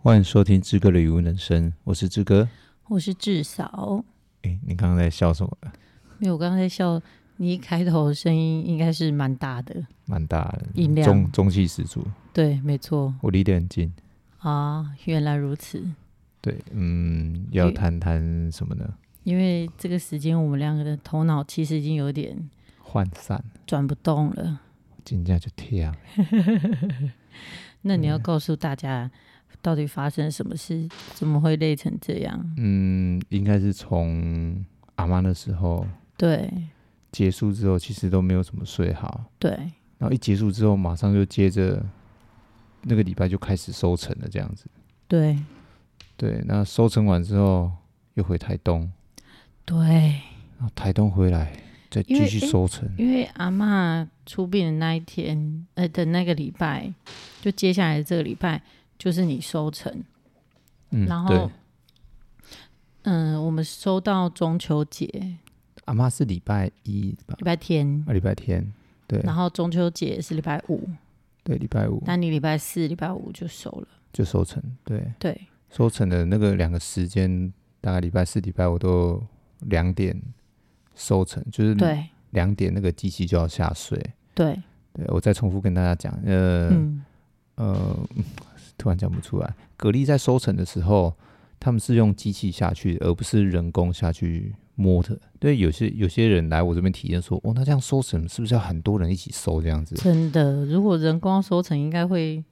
欢迎收听志哥的语文人生，我是志哥。我是至少，哎，你刚刚在笑什么？因为我刚刚在笑，你一开头的声音应该是蛮大的，蛮大的，音量中中气十足。对，没错我离得很近。啊，原来如此。对，嗯，要因为谈谈什么呢？因为这个时间我们两个的头脑其实已经有点涣散，转不动了。今天就贴啊。那你要告诉大家，到底发生什么事，怎么会累成这样？嗯，应该是从阿妈那时候对结束之后，其实都没有怎么睡好，对，然后一结束之后，马上就接着那个礼拜就开始收成了，这样子。对对，那收成完之后又回台东，对，然后台东回来再因继为续诶收成。因为阿嬷出殡的那一天，呃的那个礼拜，就接下来的这个礼拜，就是你收成。嗯，然对后，嗯、我们收到中秋节礼阿妈是礼拜一吧，拜天，啊，礼拜天，对然后中秋节是礼拜五，嗯对，礼拜五那你礼拜四、礼拜五就收了。就收成，对，对收成的那个两个时间，大概礼拜四、礼拜五都两点收成，就是对两点那个机器就要下水。对，对我再重复跟大家讲，呃、嗯，呃，嗯突然讲不出来，蛤蜊在收成的时候，他们是用机器下去，而不是人工下去摸的。对，有些有些人来我这边体验说，哦，那这样收成是不是要很多人一起收这样子？真的，如果人工收成，应该会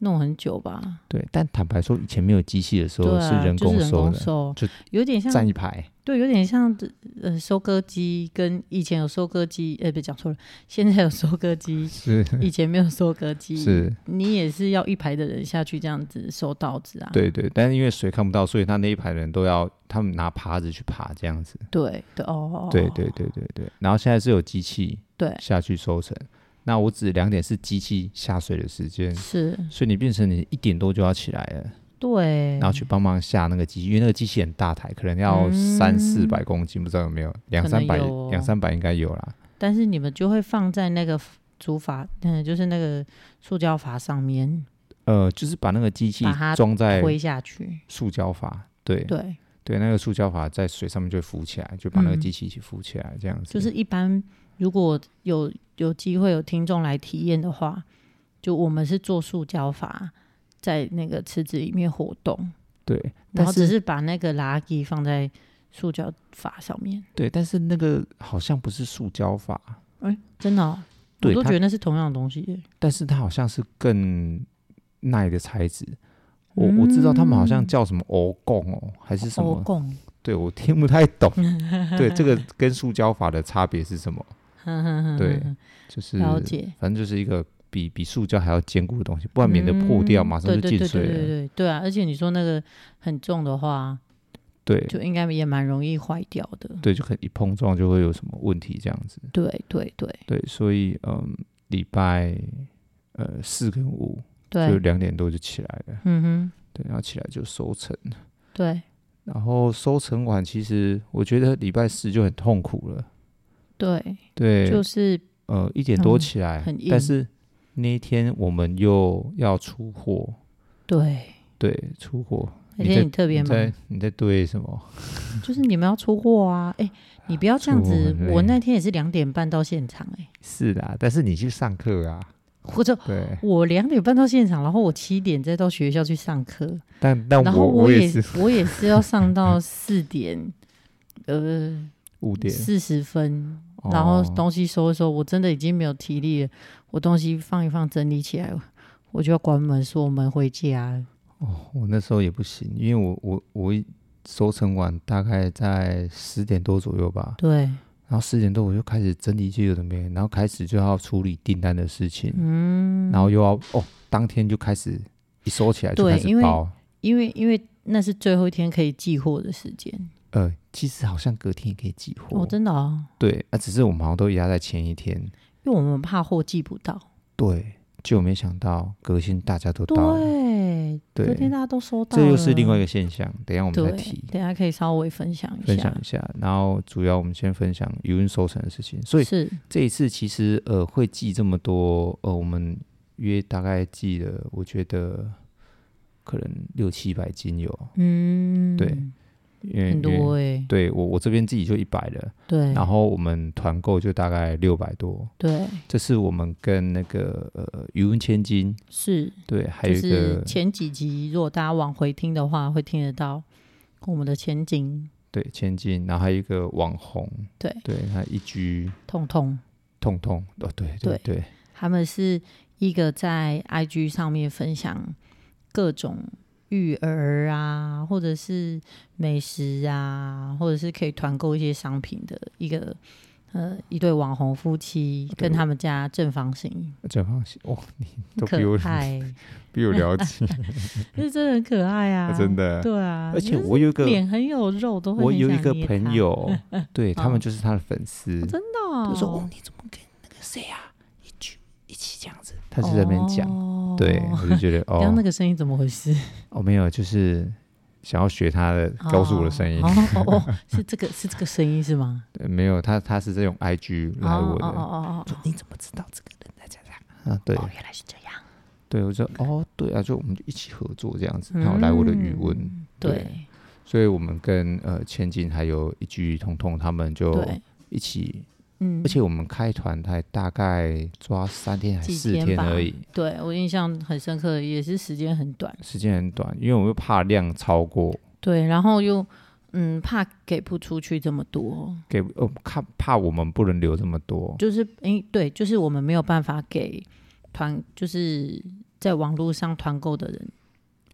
弄很久吧？对，但坦白说，以前没有机器的时候对啊，人就是工人收工的，收，就有点像站一排。对，有点像呃收割机，跟以前有收割机，呃，别讲错了，现在有收割 机，是以前没有收割机，是，你也是要一排的人下去这样子收稻子啊？对对，但是因为水看不到，所以他那一排人都要他们拿耙子去耙这样子。对对哦，对对对对对，然后现在是有机器对下去收成。那我指两点是机器下水的时间，是，所以你变成你一点多就要起来了，对，然后去帮忙下那个机器，因为那个机器很大台，可能要三四百公斤，不知道有没有两嗯可三能百有哦两三百应该有啦。但是你们就会放在那个竹筏，嗯、就是那个塑胶筏上面呃，就是把那个机器把它装在推下去，塑胶筏，哎对对，对，那个塑胶筏在水上面就会浮起来，就把那个嗯机器一起浮起来，这样子。就是一般如果有有机会有听众来体验的话，就我们是做塑胶筏在那个池子里面活动，对，然但后只是是把那个垃圾放在塑胶筏上面，对，但是那个好像不是塑胶筏，真的哦、我对都它觉得那是同样的东西耶，但是它好像是更耐的材质。我我知道他们好像嗯叫什么欧贡哦，还是什欧么？共，对我听不太 懂。对，这个跟塑胶筏的差别是什么？对就是 嗯了解。反正就是一个比比塑胶还要坚固的东西，不然免得破掉，嗯马上就对对进对水对对了。对对啊！而且你说那个很重的话，对就应该也蛮容易坏掉的。对，就可能一碰撞就会有什么问题这样子。对对对对，所以嗯，礼拜呃四跟五就对，两点多就起来了，嗯哼，对，然后起来就收成，对然后收成完，其实我觉得礼拜四就很痛苦了，对，对，就是呃一点多嗯起来，很但硬是那一天我们又要出货，对。对，出货，而你且在你特别你在忙，你在对什么？就是你们要出货啊！哎，你不要这样出货子很累。我那天也是两点半到现场，哎，是啦，但是你去上课啊，或者对，我两点半到现场，然后我七点再到学校去上课，但但然我后我也也是我也是要上到四点，呃，五点，四十分，然后哦东西收一收，我真的已经没有体力了，我东西放一放，整理起来，我就要关门锁门回家了。哦，我那时候也不行，因为我我我一收成完大概在十点多左右吧，对，然后十点多我就开始整理一些有的没的，然后开始就要处理订单的事情，嗯，然后又要哦，当天就开始一收起来就对开始因为包，因为因为那是最后一天可以寄货的时间，呃，其实好像隔天也可以寄货，哦，真的啊、对，啊，只是我们好像都压在前一天，因为我们怕货寄不到。对，就没想到隔天大家都到了，对，对昨天大家都收到了，这又是另外一个现象，等一下我们对再提，等一下可以稍微分享一分下享，一下。然后主要我们先分享余温收成的事情，所以是这一次其实呃会寄这么多，呃我们约大概寄了，我觉得可能六七百斤有，嗯，对，因为因为很多哎，对我我这边自己就一百了，对然后我们团购就大概六百多，对这是我们跟那个呃余文千金是，对，还就有一是个前几集如果大家往回听的话，会听得到我们的前景，对千金，然后还有一个网红，对对，他一居痛痛。痛痛哦，对对对他们是一个在 IG 上面分享各种育儿啊，或者是美食啊，或者是可以团购一些商品的一个呃一对网红夫妻，对跟他们家正方形，正方形哇，你都可比我爱， 比我了 解，就是真的很可爱啊，真，的。对啊，而且就是我有一个脸很有肉，都会我哦很有一想个捏朋它，友， 对他哦们就是他的粉丝，真的就说哦哦，你怎么跟那个谁啊一起一起这样子？他就在那边讲，哦对我就觉得 刚刚那哦个声音怎么回事？ 哦没有，就是想要学他的高速我的声音哦，哦哦哦，是这个是这个声音是吗？对没有他他是这种 IG 来我哦哦的，哦哦哦，你怎么知道这个人在家这样啊？对哦原来是这样。对，我就哦对啊，就我们就一起合作这样子，然后来我的语文，嗯对所以我们跟呃千金还有一居彤彤他们就对，一起嗯，哦而且我们开团才大概抓三天还是几四天吧而已，对我印象很深刻，也是时间很短，时间很短，因为我又怕量超过，对，然后又嗯怕给不出去这么多，给呃怕怕我们不能留这么多，就是诶、对，就是我们没有办法给团，就是在网络上团购的人，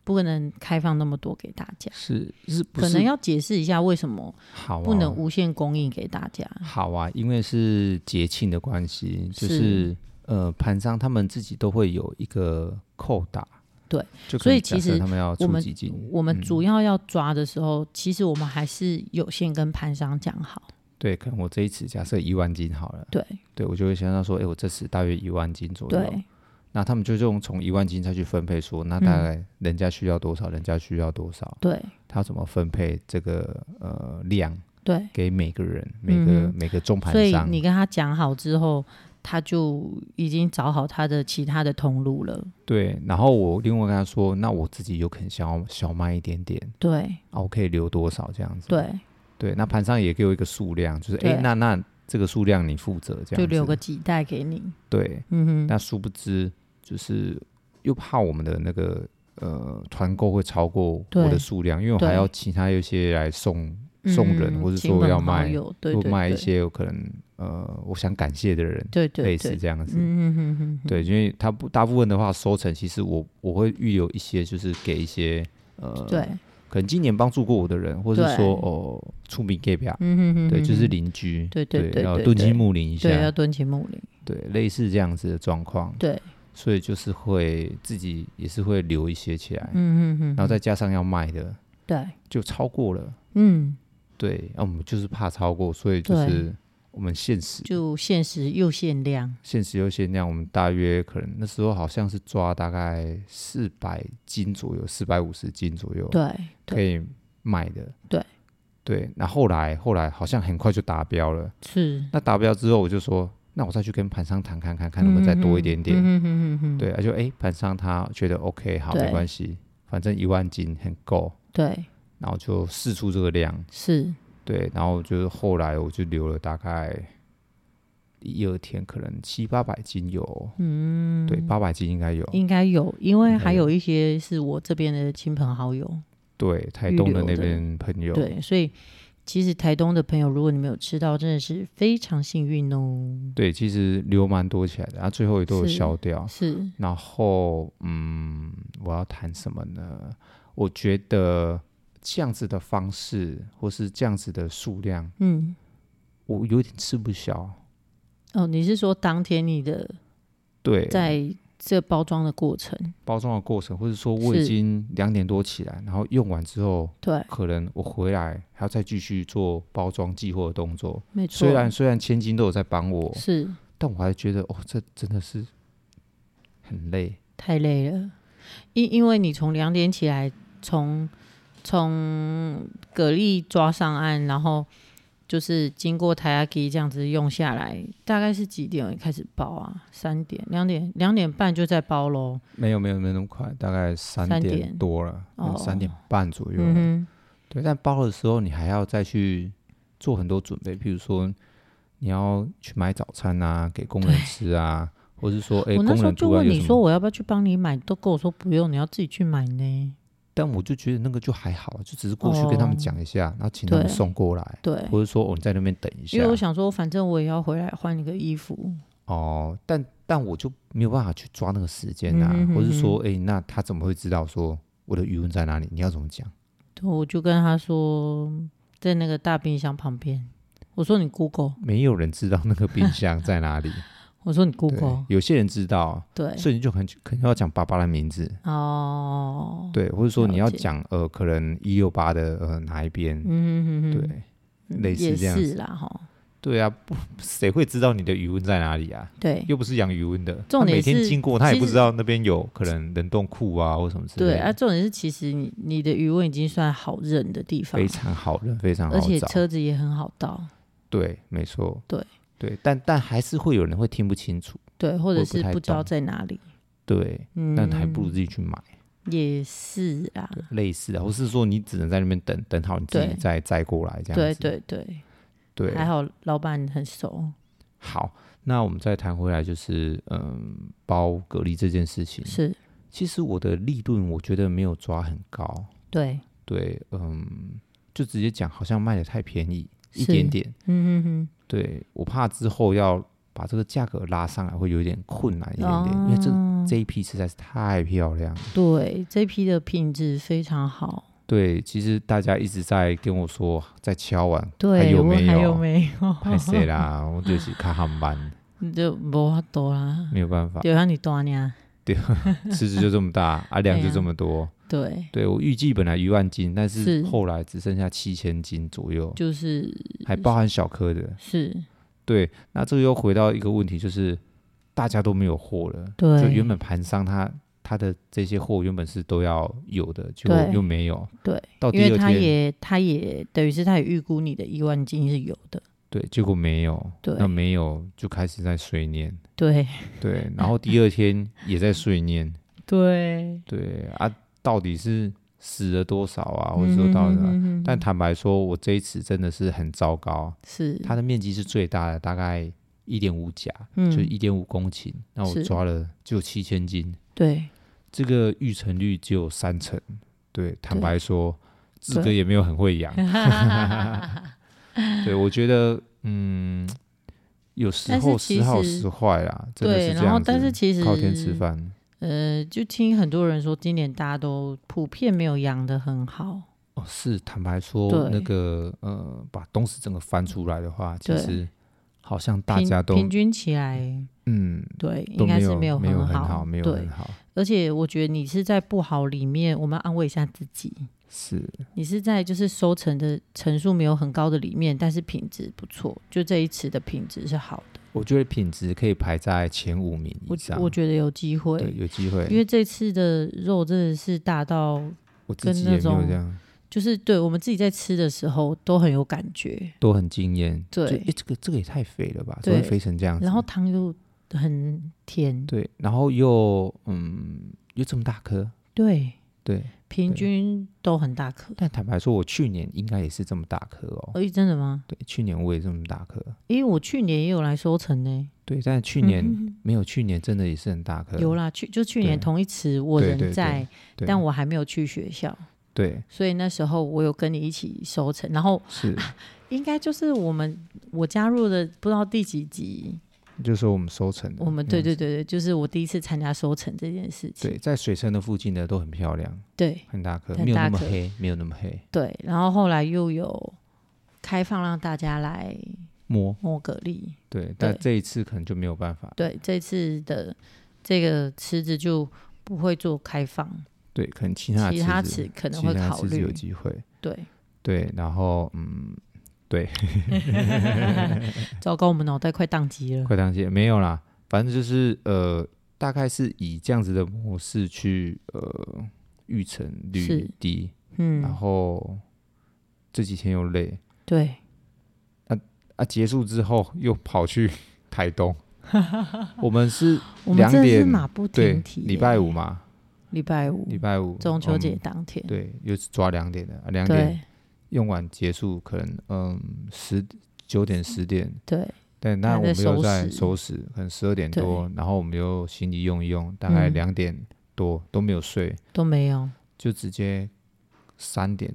不可能开放那么多给大家，是是不可能是要解释一下为什么好、啊、不能无限供应给大家，好啊，因为是节庆的关系，就是是呃盘商他们自己都会有一个扣打，对，就可所以能假其设实他们要我出们几斤，我们嗯主要要抓的时候，其实我们还是有先跟盘商讲好，对，可能我这一次假设一万斤好了，对对我就会想到说，哎、我这次大约一万斤左右，对嗯那他们就用从一万斤再去分配说，那大概人家需要多少，人家需要多少，对他怎么分配这个呃量对，给每个人，每个、嗯哼每个中盘所以商，你跟他讲好之后，他就已经找好他的其他的通路了，对。然后我另外跟他说，那我自己有可能想要小卖一点点对啊，我可以留多少这样子。对，对，那盘商也给我一个数量，就是对哎、诶那那这个数量你负责这样子，就留个几袋给你，对。嗯哼，那殊不知就是又怕我们的那个呃团购会超过对我的数量，因为我还对要其他一些来送送人嗯或者亲说朋要好卖友对或对卖一对些我可能呃我想感谢的人，对对类对似这样子。嗯哼哼哼哼，对，因为他不大部分的话收成，其实我我会预留一些，就是给一些呃，对，，嗯可能今年帮助过我的人，或是对说哦，出名给表，嗯哼哼哼，对，就是哼邻居，对对对要对敦对亲睦邻一对要下，蹲起木林，对，类似这样子的状况，对，所以就是会自己也是会留一些起来，嗯哼哼，然后再加上要卖的，对，就超过了，嗯，对，啊那我们就是怕超过，所以就对是我们限时就限时又限量，限时优先量，我们大约可能那时候好像是抓大概四百斤左右，四百五十斤左右，对可对，以卖的。对对，那后来后来好像很快就达标了。是，那达标之后，我就说，那我再去跟盘商谈，看看看能不能再多一点点。嗯哼哼哼哼，对，而且哎，盘商他觉得 OK，好，对没关系，反正一万斤很够，对然后就试出这个量。是，对，然后就是后来我就留了大概一二天，可能七八百斤有，嗯，对，八百斤应该有。应该有，因为应该还有有一些是我这边的亲朋好友，对，台预东的留那的边朋友，对，所以其实台东的朋友，如果你没有吃到，真的是非常幸运哦。对，其实留蛮多起来的，然、啊后最后也都有是消掉。是，然后，嗯，我要谈什么呢？我觉得这样子的方式，或是这样子的数量，嗯，我有点吃不消。哦，你是说当天你的对，在这包装的过程，包装的过程，或者说我已是经两点多起来，然后用完之后，对，可能我回来还要再继续做包装寄货的动作。没错，虽然虽然千金都有在帮我，是但我还觉得哦，这真的是很累。太累了，因因为你从两点起来，从从蛤蜊抓上岸，然后就是经过 Taiyaki 这样子用下来，大概是几点开始包啊？三点、两点、两点半就在包喽。没有没有没有那么快，大概三三点点多了，哦三点半左右了。嗯对，但包的时候你还要再去做很多准备，譬如说你要去买早餐啊，给工人吃啊，或是说哎、哼，我那工时候人就突然问有你什说么，我要不要去帮你买，都跟我说不用，你要自己去买呢。但我就觉得那个就还好，就只是过去跟他们哦讲一下，然后请他们对送过来，对，或者说哦你在那边等一下因为，我想说，反正我也要回来换一个衣服。哦，但但我就没有办法去抓那个时间啊，嗯哼或是哼哼说哎、那他怎么会知道说我的余温在哪里？你要怎么讲？对，我就跟他说，在那个大冰箱旁边。我说你 Google，没有人知道那个冰箱在哪里。我说你对 Google，，有些人知道，对，所以你就很可能要讲爸爸的名字，哦，对，或者说你要了解讲呃，可能一六八的呃哪一边，嗯哼哼哼，对，类似也这样是啦，哈，对啊，不，谁会知道你的余温在哪里啊？对又不是养余温的，重他每点天是经过他也其不实知道那边有可能冷冻库啊或什么之类对，的，啊，重点是其实你你的余温已经算好认的地方非，常好认，非常而好且找，车子也很好到，对，没错，对对，但但还是会有人会听不清楚，对，或我者不是太不知道懂在哪里，对，嗯，但还不如自己去买。啊也是啦，类似的，或是说你只能在那边等等好，你自己对再再过来这样对子。对对，对还好老板很熟，好，那我们再谈回来，就是嗯，包蛤蜊这件事情，是其实我的利润我觉得没有抓很高，对，对，嗯，就直接讲，好像卖的太便宜一是点点，嗯哼对我怕之后要把这个价格拉上来会有点困难一哼，点点，因为这哦这一批实在是太漂亮了。对这批的品质非常好。对，其实大家一直在跟我说，在敲碗，对，还有我没还有有？没有？拍谁 啦？我就是看航班，你就无法多啦，没有办法，就让你多呢。池子就这么大， 啊，量就这么多。对，对我预计本来一万斤，但是是后来只剩下七千斤左右，就是还包含小颗的。是，对，那这个又回到一个问题，就是大家都没有货了。对就原本盘商他他的这些货原本是都要有的，结果对又没有。对，到因哦第为二他天，也他也等于是他也预估你的一万斤是有的，对，结果没有，对那没有就开始在碎念，对对，然后第二天也在碎 念，对，对啊，到底是死了多少啊，或者说到底哪？嗯哼但坦白说，我这一次真的是很糟糕。是它的面积是最大的，大概一点五甲，嗯就一点五公顷。那我是抓了只有七千斤，对这个育成率只有三成。对，坦白说，志哥对也没有很会 养。对，我觉得，嗯，有时但候是其时好实时坏啦，真的对，是这然后样但是子，其实靠天吃饭。呃，就听很多人说今年大家都普遍没有养的很好，哦，是坦白说，对那个呃，把东西整个翻出来的话，其对实好像大平家都平均起来，嗯，对，应都该没是有有没有很好，没有对很，好，而且我觉得你是在不好里面，我们要安慰一下自己，是你是在就是收成的层数没有很高的里面，但是品质不错，就这一池的品质是好的，我觉得品质可以排在前五名以我上，我觉得有机对会，有机会，因为这次的肉真的是大到，我自己跟也没那有种这样，就是对我们自己在吃的时候都很有感觉，都很惊艳。对哎，诶这个这个也太肥了吧，怎么会对肥成这样子？然后汤又很甜，对，然后又嗯又这么大颗，对，对。平对均都很大颗。但坦白说，我去年应该也是这么大颗哦。哎，真的吗？对，去年我也这么大颗。因为我去年也有来收成呢，对，但去年、 没有，去年真的也是很大颗。嗯有啦，去就去年对同一池我对对人在，对，但我还没有去学校，对所以那时候我有跟你一起收成，然后是，应该就是我们我加入的不知道第几集，就是说我们收成的，我们对嗯对对对，就是我第一次参加收成这件事情，对，在水深的附近的都很漂亮，对很大颗，很没有那大么颗黑，没有那么黑。对然后后来又有开放让大家来摸摸蛤蜊，对，但对这一次可能就没有办法。对这次的这个池子就不会做开放，对，可能其他的其他池池子可能其会他的考池子有虑，机会。对，对，然后嗯，糟糕，我们脑袋快宕机了，快当街没有啦，反正就是呃，大概是以这样子的模式去呃育成率是低，然嗯，后这几天又累对，啊，结束之后又跑 去台东，我们是我们真的2是点马不停对蹄耶。礼拜五嘛，礼拜五礼拜五中秋节嗯当天，对，又是抓两点的，啊两点对用完结束，可能嗯十九点十点，对，对，那还我在们又收在拾收拾，可能十二点对多，然后我们又行李用一用，大概嗯两点多、都没有睡，都没有，就直接三点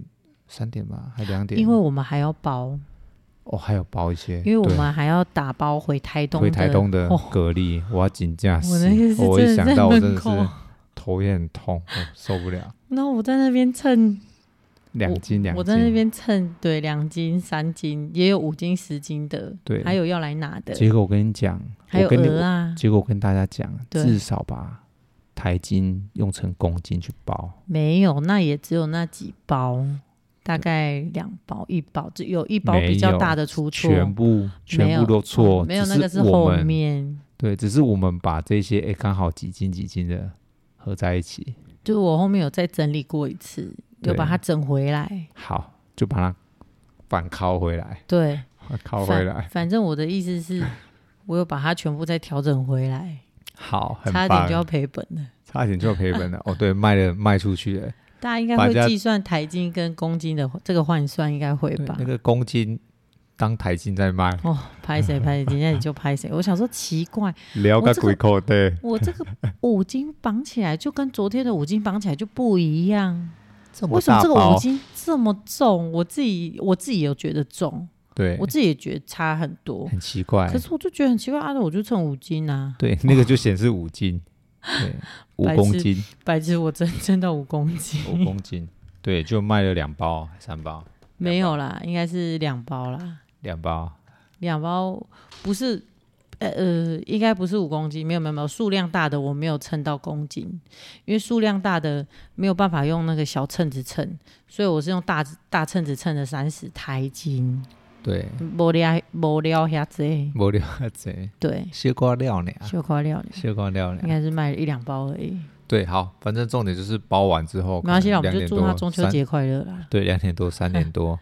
三点吧，还两点，因为我们还要包，哦还有包一些，因为我对们还要打包回台东的。回台东的哦蛤蜊，我要请假我死那个是，我一真的想在到我真门的是口，头也很痛，我受不了，然后我在那边称，两斤两斤，我在那边称，对，两斤、三斤，也有五斤、十斤的，对，还有要来拿的，结果我跟你讲，还我有跟你鹅啊，结果我跟大家讲，对至少把台斤用成公斤去包，没有，那也只有那几包，大概两包、一包，只有一包没比较有大的出错，全部没全有哦部都错，没有只那个是我后们面。对，只是我们把这些哎刚好几斤几斤的合在一起，就我后面有再整理过一次，对又把它整回来。好就把它反拷回来，对，拷回反来，反正我的意思是，我又把它全部再调整回来，好，很差点棒就要赔本了。差点就要赔本 了。哦，对，卖了卖出去了，大家应该把会人家计算台斤跟公斤的这个换算，应该会对吧那？个公斤当台斤在卖，哦，拍谁拍谁，今天你就拍谁。我想说奇怪，聊我个这个鬼口对，我这个五斤绑起来就跟昨天的五斤绑起来就不一样，这为什么大这个包五斤这么重？我自己我自己有觉得重，对我，自己也觉得差很多。很奇怪可。是我就觉得很奇怪，啊，那我就称五斤啊。对，那个就显示五斤，对，五 白公痴斤，白痴，我真真的五公斤，五公 斤，对，就卖了两包、三包、没有啦，应该是两包啦，两包，两包不是，呃呃，应该不是五公斤，没有没有没有，数量大的我没有称到公斤，因为数量大的没有办法用那个小秤子称，所以我是用大大秤子称的三十台斤，对，无料无料遐子，没料啊 贼，对，西瓜料呢，小块料理西瓜料应呢，该是卖了一两包而已，对，好，反正重点就是包完之后，没关系啦，可能我们两就点祝他多中秋三节快乐啦，对，两点多、三点 多，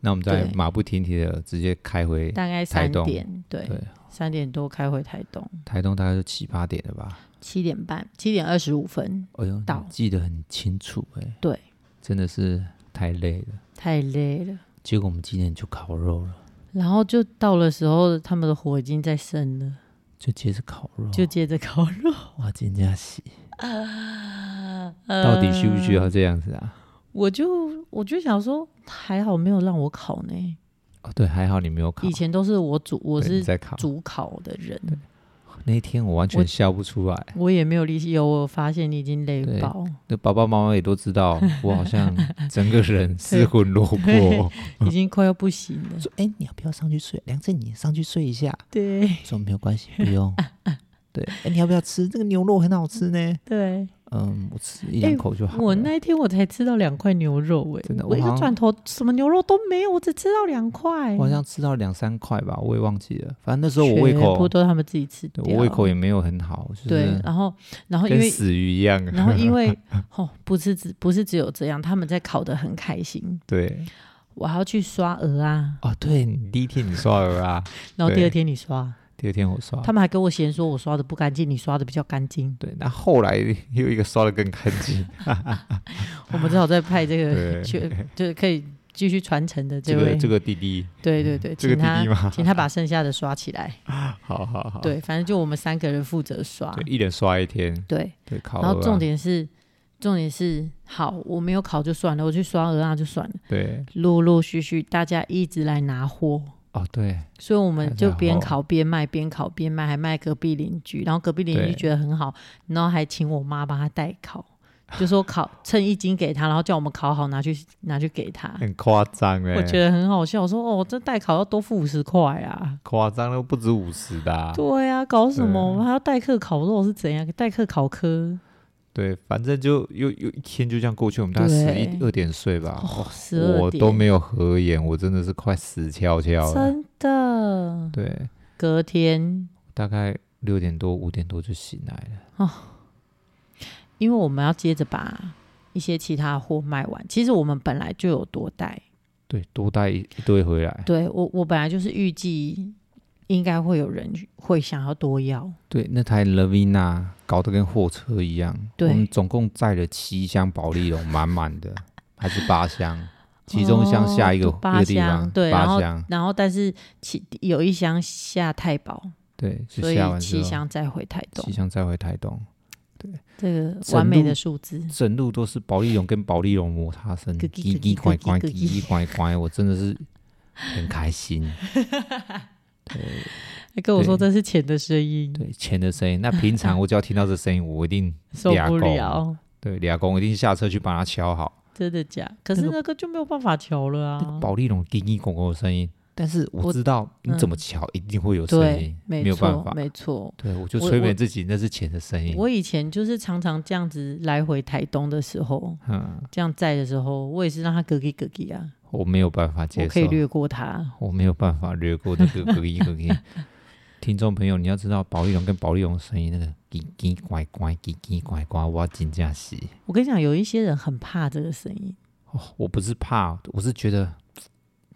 那我们再对马不停蹄的直接开回大概台三东点，对对，三点多开回台东。台东，大概是七八点了吧？七点半，七点二十五分，哎呦，你到记得很清楚哎、对，真的是太累了。太累了。结果我们今天就烤肉了，然后就到了时候，他们的火已经在生了，就接着烤肉，就接着烤 肉。哇，真加喜，到底需不需要这样子啊？呃我就我就想说，还好没有让我烤呢。哦，对，还好你没有烤以，前都是我煮，我对你是在烤。主烤的人，那一天我完我全笑不出来，我也没有力气。有我有发现你已经累对爆，那爸爸妈妈也都知 道，我好像整个人失魂落魄对。 已经快要不行了。说，哎、你要不要上去睡？梁振，你上去睡一下。对说没有关 系，不用。对，哎、你要不要吃？这个牛肉很好吃呢。 对，嗯，我吃一两哎口就好了。我那一天我才吃到两块牛肉、哎，真的我我一好个像转头什么牛肉都没有，我只吃到两块。我好像吃到两三块吧，我也忘记了。反正那时候我胃全部口，都是他们自己吃对掉，我胃口也没有很好，就对是，然后然后因跟为死鱼一样。 啊然后因为哦，不是只不是只有这样，他们在烤得很开心，对，我还要去刷鹅啊，哦，对，你第一天你刷鹅啊，然后第二对天你刷，第二天我刷。他们还跟我嫌说我刷的不干净，你刷的比较干净，对，那后来又一个刷的更干 净，我们只好再派这 对个 去，就是可以继续传承的这这位，个这个弟弟，对对对，这个请弟弟他嘛，请他把剩下的刷 起来，好好好，对，反正就我们三个人负责刷，对，一人刷一天，对，对，烤然后鹅啊重点是。重点是，好，我没有烤就算了，我去刷鹅啊就算了。对，陆陆续续大家一直来拿货，哦对，所以我们就哎然后边烤边卖，边烤边卖，还卖隔壁邻居，然后隔壁邻居对觉得很好，然后还请我妈帮他代烤，就说 烤称一斤给他，然后叫我们烤好拿去拿去给他。很夸张哎，我觉得很好笑，我说哦，这代烤要多付五十块啊！夸张都不止五十的啊，对啊，搞什么？对我们还要代客烤肉是怎样？代客烤科对，反正就又又一天就这样过去，我们大概十对一二点睡吧，哦，十二我点都没有合眼，我真的是快死翘翘了，真的。对，隔天，大概六点多五点多就醒来了，因为我们要接着把一些其他货卖完，其实我们本来就有多带，对，多带一一堆回来。对我，我本来就是预计应该会有人会想要多要，对，那台 Lavina 搞得跟货车一样，对我们总共载了七箱宝丽龙，满满的，还是八箱，其中一箱下一个、哦一八个地方箱，，对，然八后箱，然后但是其有一箱下太保，对，所就以下完之七后箱再回台东七，箱再回台东，这个整完美路的数字，整路都是宝丽龙跟宝丽龙摩擦声，咯叽叽叽咯拐叽拐，咯叽叽叽拐拐，我真的是很开心。还跟我说对这是钱的声音，对，钱的声音，那平 常我只要听到这声音，我一定受俩不狗了，对俩公一定下车去把它敲好。真的假？可那是个那个就没有办法瞧了那个啊，保利龙叮叮咣咣的声音，但是我我知道你怎嗯么巧一定会有声对音，，没有办错法，。没错。对，我就我催我眠自己那是钱的声音。我以前就是常常这样子来回台东的时候，嗯，这样在的时候，我也是让他咯叽咯叽啊，我没有办法接我受，可以略过他。我没有办法略过那个咯一咯一。 听众朋友，你要知道保利龙跟保利龙的声音那个叽叽怪怪、叽叽怪怪，我要惊驾死！我跟你讲，有一些人很怕这个声音，哦，我不是怕，我是觉得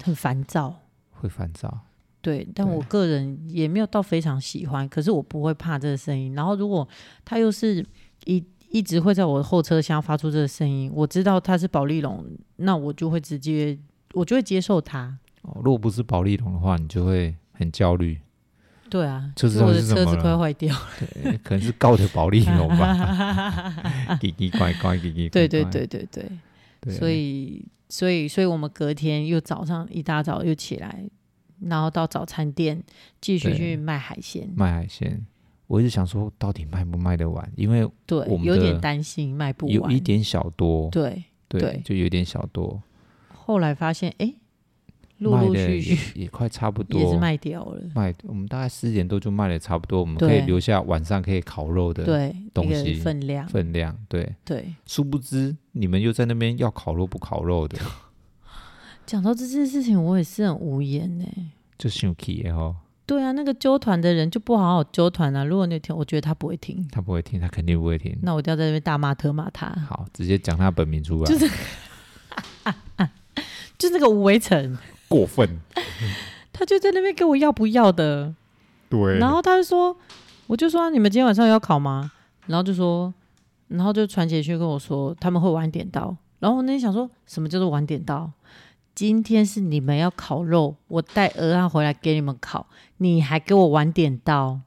很烦躁。会烦躁。对，但对我个人也没有到非常喜欢，可是我不会怕这个声音。然后如果他又是一一直会在我的后车厢发出这个声音，我知道他是保利龙，那我就会直接我就会接受他。哦，如果不是保利龙的话，你就会很焦虑，对啊，就知是道我的是怎车么子了快坏 掉。对，可能是高的保利龙 吧。叽叽怪怪，叽叽对怪怪。对对对对。对，啊所以，所以，所以我们隔天又早上一大早又起来，然后到早餐店继续对去卖海鲜。卖海鲜，我一直想说到底卖不卖得完，因为对我，们有的点担心卖不有完一。点小多，对，对，对就有点小多，后来发现，哎，陆卖陆的续也续也快差不也多是卖掉了。卖我们大概十点多就卖的差不多，我们可以对留下晚上可以烤肉的对，东一西个分量。分量。对，对，殊不知你们又在那边要烤肉不烤肉的，讲到这件事情，我也是很无言呢、就生气的哦。对啊，那个纠团的人就不好好纠团啊。如果那天我觉得他不会听，他不会听，他肯定不会听。那我一定要在那边大骂特骂他，好，直接讲他本名出来，就是就那个吴维成，过分。他就在那边跟我要不要的。对然后他就说，我就说你们今天晚上要考吗？然后就说，然后就传简讯跟我说他们会晚点到。然后我那天想说什么叫做晚点到？今天是你们要烤肉，我带鹅啊回来给你们烤，你还给我晚点到。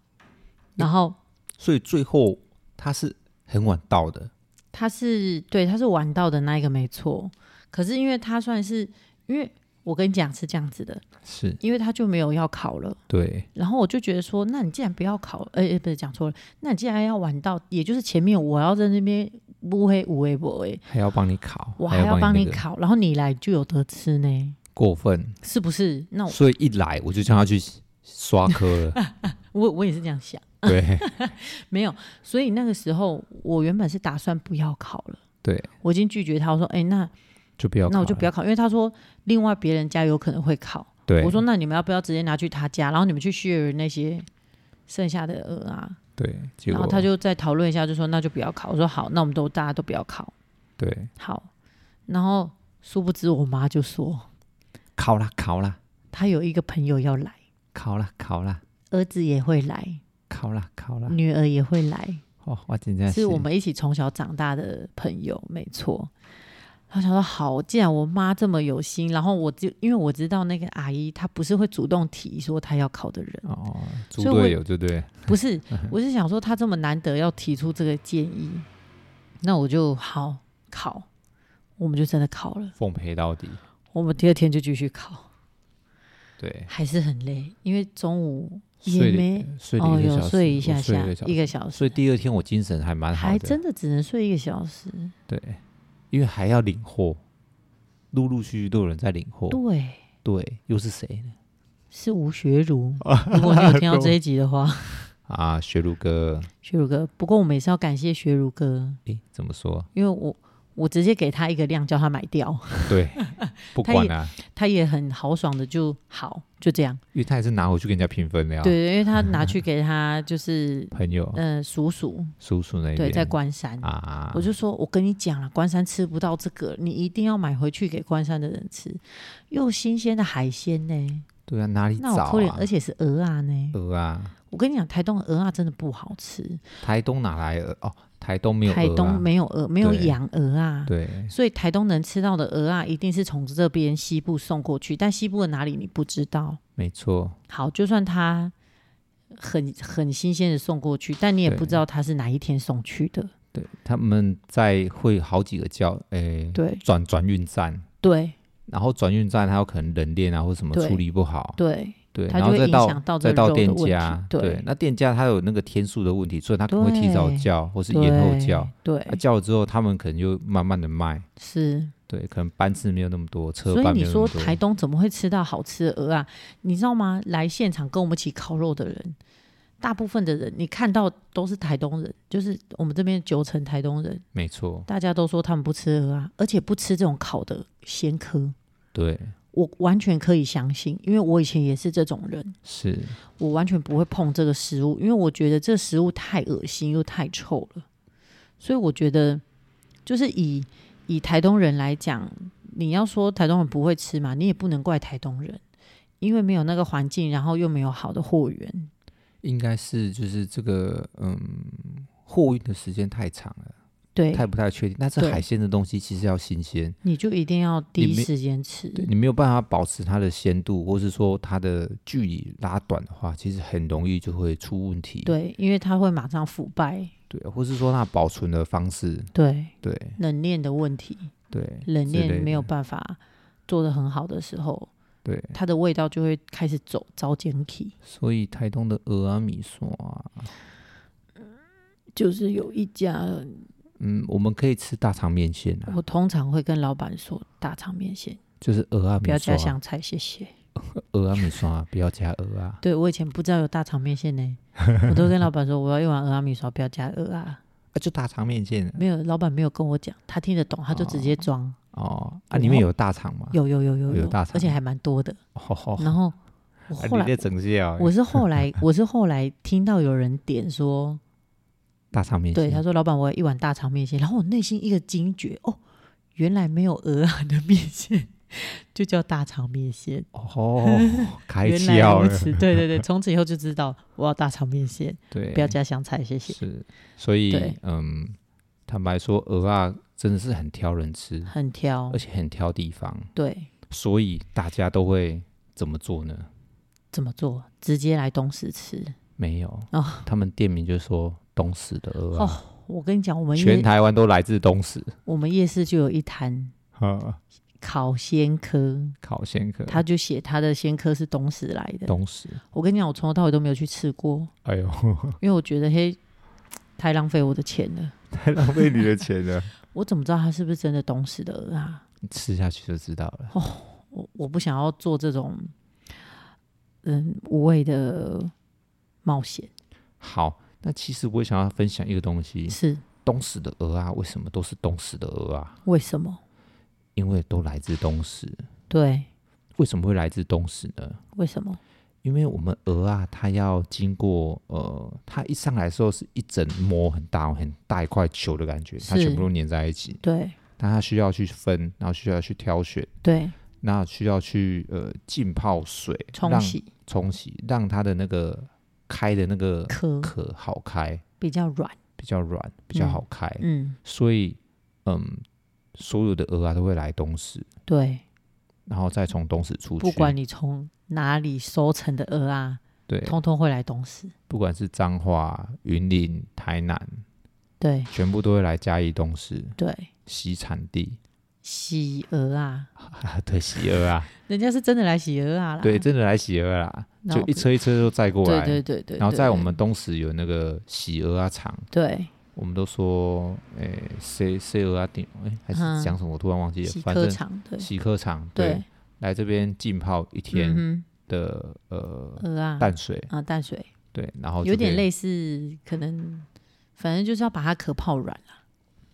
然后所以最后他是很晚到的，他是对，他是晚到的那一个没错。可是因为他算是，因为我跟你讲是这样子的，是因为他就没有要考了。对。然后我就觉得说，那你既然不要考，呃、呃不是讲错了，那你既然要玩到，也就是前面我要在那边乌黑乌黑不黑，还要帮你烤，欸我还还要帮你你那个考，然后你来就有得吃呢，过分，是不是？那我所以一来我就叫他去刷科 了。我我也是这样想，对没有，所以那个时候我原本是打算不要考了。对，我已经拒绝他，我说：“哎、那就不要考了，那我就不要要考，因为他说另外别人家有可能会考。对。我说：那你们要不要直接拿去他家，然后你们去 share 那些剩下的鹅啊？对，结然果后他就再讨论一下，就说那就不要考。我说好，那我们都大家都不要考。对好，然后殊不知我妈就说考啦考啦她有一个朋友要来，考啦考啦儿子也会来，考啦考啦。女儿也会来，哦，我真的是我们一起从小长大的朋友，没错。然后想说好，既然我妈这么有心，然后我就因为我知道那个阿姨她不是会主动提说她要考的人，哦，猪所以我队友对不对？不是，我是想说他这么难得要提出这个建议，那我就好考，我们就真的考了。奉陪到底，我们第二天就继续考，对，还是很累，因为中午也睡了没睡了哦，一个有小时，睡一我下睡了一个下小一时。个小时，所以第二天我精神还蛮好还的，真的只能睡一个小时。对，因为还要领货，陆陆续续都有人在领货，对，对，又是谁呢？是吴学 儒。如果你有听到这一集的话，啊，学儒哥，学儒哥。不过我们也是要感谢学儒哥，诶，怎么说？因为我我直接给他一个量，叫他买掉。 对，不他管啊也啦、他也很豪爽的就好，就这样。因为他也是拿回去跟人家平分了呀。，对，因为他 拿去给他就是朋友、呃叔叔，叔叔那边对，在关山。啊，我就说，我跟你讲了，关山吃不到这个，你一定要买回去给关山的人吃，又新鲜的海鲜呢，对啊，哪里那找我可怜，啊而？且是鹅啊呢。鹅啊，我跟你讲，台东的鹅啊真的不好吃，台东哪来鹅？哦，台东没有鹅、啊，台东没有鹅，没有对养鹅啊，对所以台东能吃到的鹅啊，一定是从这边西部送过去，但西部的哪里你不知道。没错，好，就算它很很新鲜的送过去，但你也对不知道它是哪一天送去的。对，他们在会好几个叫诶对转转运站，对然后转运站还有可能冷链啊或什么对处理不好，对对，它然后就会再影到响到这再到哦肉的店问题家，对那店家他有那个天数的问题，所以他可能会提早对叫或是对，延后叫，啊对，他叫了之后他们可能就慢慢的卖，是。对，可能班次没有那么多，车所以班没你有那么说多，台东怎么会吃到好吃的鹅啊？你知道吗？来现场跟我们一起烤肉的人，大部分的人你看到都是台东人，就是我们这边九成台东人，没错，大家都说他们不吃鹅啊，而且不吃这种烤的鲜科。对，我完全可以相信，因为我以前也是这种人，是我完全不会碰这个食物，因为我觉得这食物太恶心又太臭了。所以我觉得，就是以以台东人来讲，你要说台东人不会吃嘛，你也不能怪台东人，因为没有那个环境，然后又没有好的货源。应该是就是这个嗯货运的时间太长了。对，太不太确定。但是对海鲜的东西其实要新鲜，你就一定要第一你没时间吃。对你没有办法保持它的鲜度，或是说它的距离拉短的话，其实很容易就会出问题。对，因为它会马上腐败。对或是说它保存的方式，对，对冷链的问题，对，冷之类链的没有办法做得很好的时候，对。它的味道就会开始走糟碱体，所以台东的鹅啊、米索啊，就是有一家，嗯，我们可以吃大肠面线啊，我通常会跟老板说大肠面线，就是鹅啊、不米要索加啊、香菜，谢谢。鹅啊、米索啊，不要加鹅 啊。对我以前不知道有大肠面线 呢，我都跟老板说我要一碗鹅阿米烧，不要加鹅啊。啊，就大肠面线没有，老板没有跟我讲，他听得懂，他就直接装。哦，啊，然里面后有大肠吗？有有有有有大肠而且还蛮多的。哦，哦然后我啊后你来在整些啊？我是 后来我是后来听到有人点说，大肠面对，线他，说老板我要一碗大肠面线，然后我内心一个惊觉，哦，原来没有鹅啊的面线就叫大肠面线，哦， 开原来窍如了。此，对对对，从此以后就知道我要大肠面线，对，不要加香菜，谢谢。是，所以对嗯，坦白说，鹅啊真的是很挑人吃，很挑而，且很挑地方，对，所以大家都会怎么做呢？怎么做？直接来东石吃没有，哦他们店名就说东石的鹅啊，哦。我跟你讲，我们全夜台湾都来自东石。我们夜市就有一摊啊，烤鲜科，烤鲜壳，他就写他的鲜科是东石来的。东石，我跟你讲，我从头到尾都没有去吃过，哎呦， 因为我觉得嘿，太浪费我的钱了。太浪费你的钱了，我怎么知道它是不是真的东石的鹅啊？你 吃下去就知道了。我我不想要做这种嗯无谓的冒险。好，那其实我也想要分享一个东西，是东石的鹅啊，为什么都是东石的鹅啊？为什么？因为都来自东石。对，为什么会来自东石呢？为什么？因为我们鹅啊，它要经过呃，它一上来的时候是一整膜很大很大一块球的感觉，它是全部都粘在一起。对但它需要去分，然后需要去挑选，对，那需要去呃浸泡水冲让洗冲洗，让它的那个开的那个壳壳好开，比较软，比较软，比较好开。嗯，所以嗯，所有的鹅啊都会来东石，对，然后再从东石出去。不管你从哪里收成的鹅啊，对，通通会来东石。不管是彰化、云林、台南，对全部都会来嘉义东市对，洗产地， 洗鹅啊，对，洗鹅啊，人家是真的来洗鹅啊啦。 对，真的来洗鹅啦，那就我一车一车都载过对来。对对对，然后对在我们东石有那个洗鹅啊厂，对我们都说，诶、谁谁鹅啊顶，诶、还是嗯讲什么？我突然忘记了，洗反科正场，对洗科厂对，对，来这边浸泡一天嗯的、哼，呃鹅啊，淡水，哦啊淡水对，然后有就点可以，类似，可能反正就是要把它壳泡软了。啊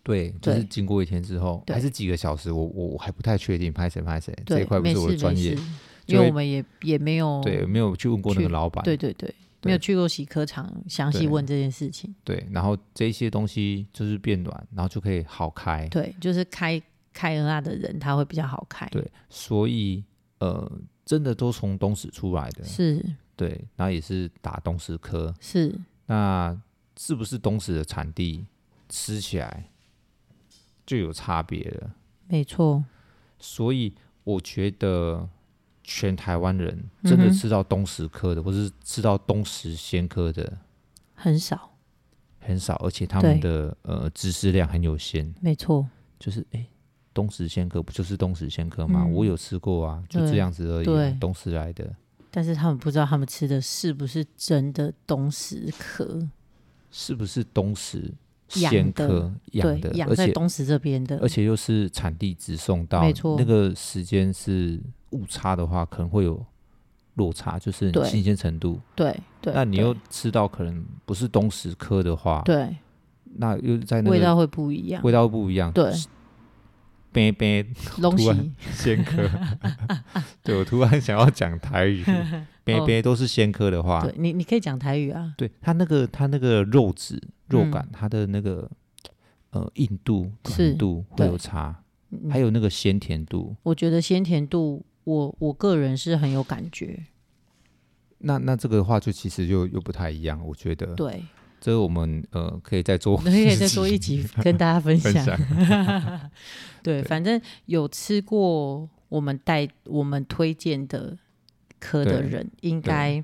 对，就对是经过一天之后，对还是几个小时，我我我还不太确定，拍谁拍谁这一对块，不没是事我没的事，专业，就因会为我们也也没有对，没有去问过那个去老板，对对对，没有去过洗科场详对细问这件事情。对，然后这些东西就是变软，然后就可以好开，对，就是开开恩爱的人他会比较好开，对，所以呃，真的都从东石出来的，是对，然后也是打东石科，是那是不是东石的产地吃起来就有差别了？没错，所以我觉得全台湾人真的嗯哼吃到东石科的，或是吃到东石鲜科的很少，很少，而且他们对的呃知识量很有限，没错，就是诶，东石鲜科不就是东石鲜科吗？嗯我有吃过啊，就对这样子而已啊、对东石来的。但是他们不知道他们吃的是不是真的东石壳，是不是东石养鲜的科养对的，，养而在且东石这边的，而且又是产地直送到，没错那个时间是误差的话，可能会有落差，就是你对新鲜程度。对对，那你对又吃到可能不是东石科的话，对那又在那个味道会不一样，味道不一样，对，边边东突然西鲜科。对我突然想要讲台语，边边都是鲜科的话，对你你可以讲台语啊，对它那个它那个肉质肉感，嗯它的那个呃硬度是软度会对有差，嗯还有那个鲜甜度。我觉得鲜甜度，我我个人是很有感觉，那那这个的话，就其实就又不太一样，我觉得。，对，这个我们呃可以再 做，我们可以再做一集跟大家分分享。享。 对，反正有吃过我们带我们推荐的科的对人，应该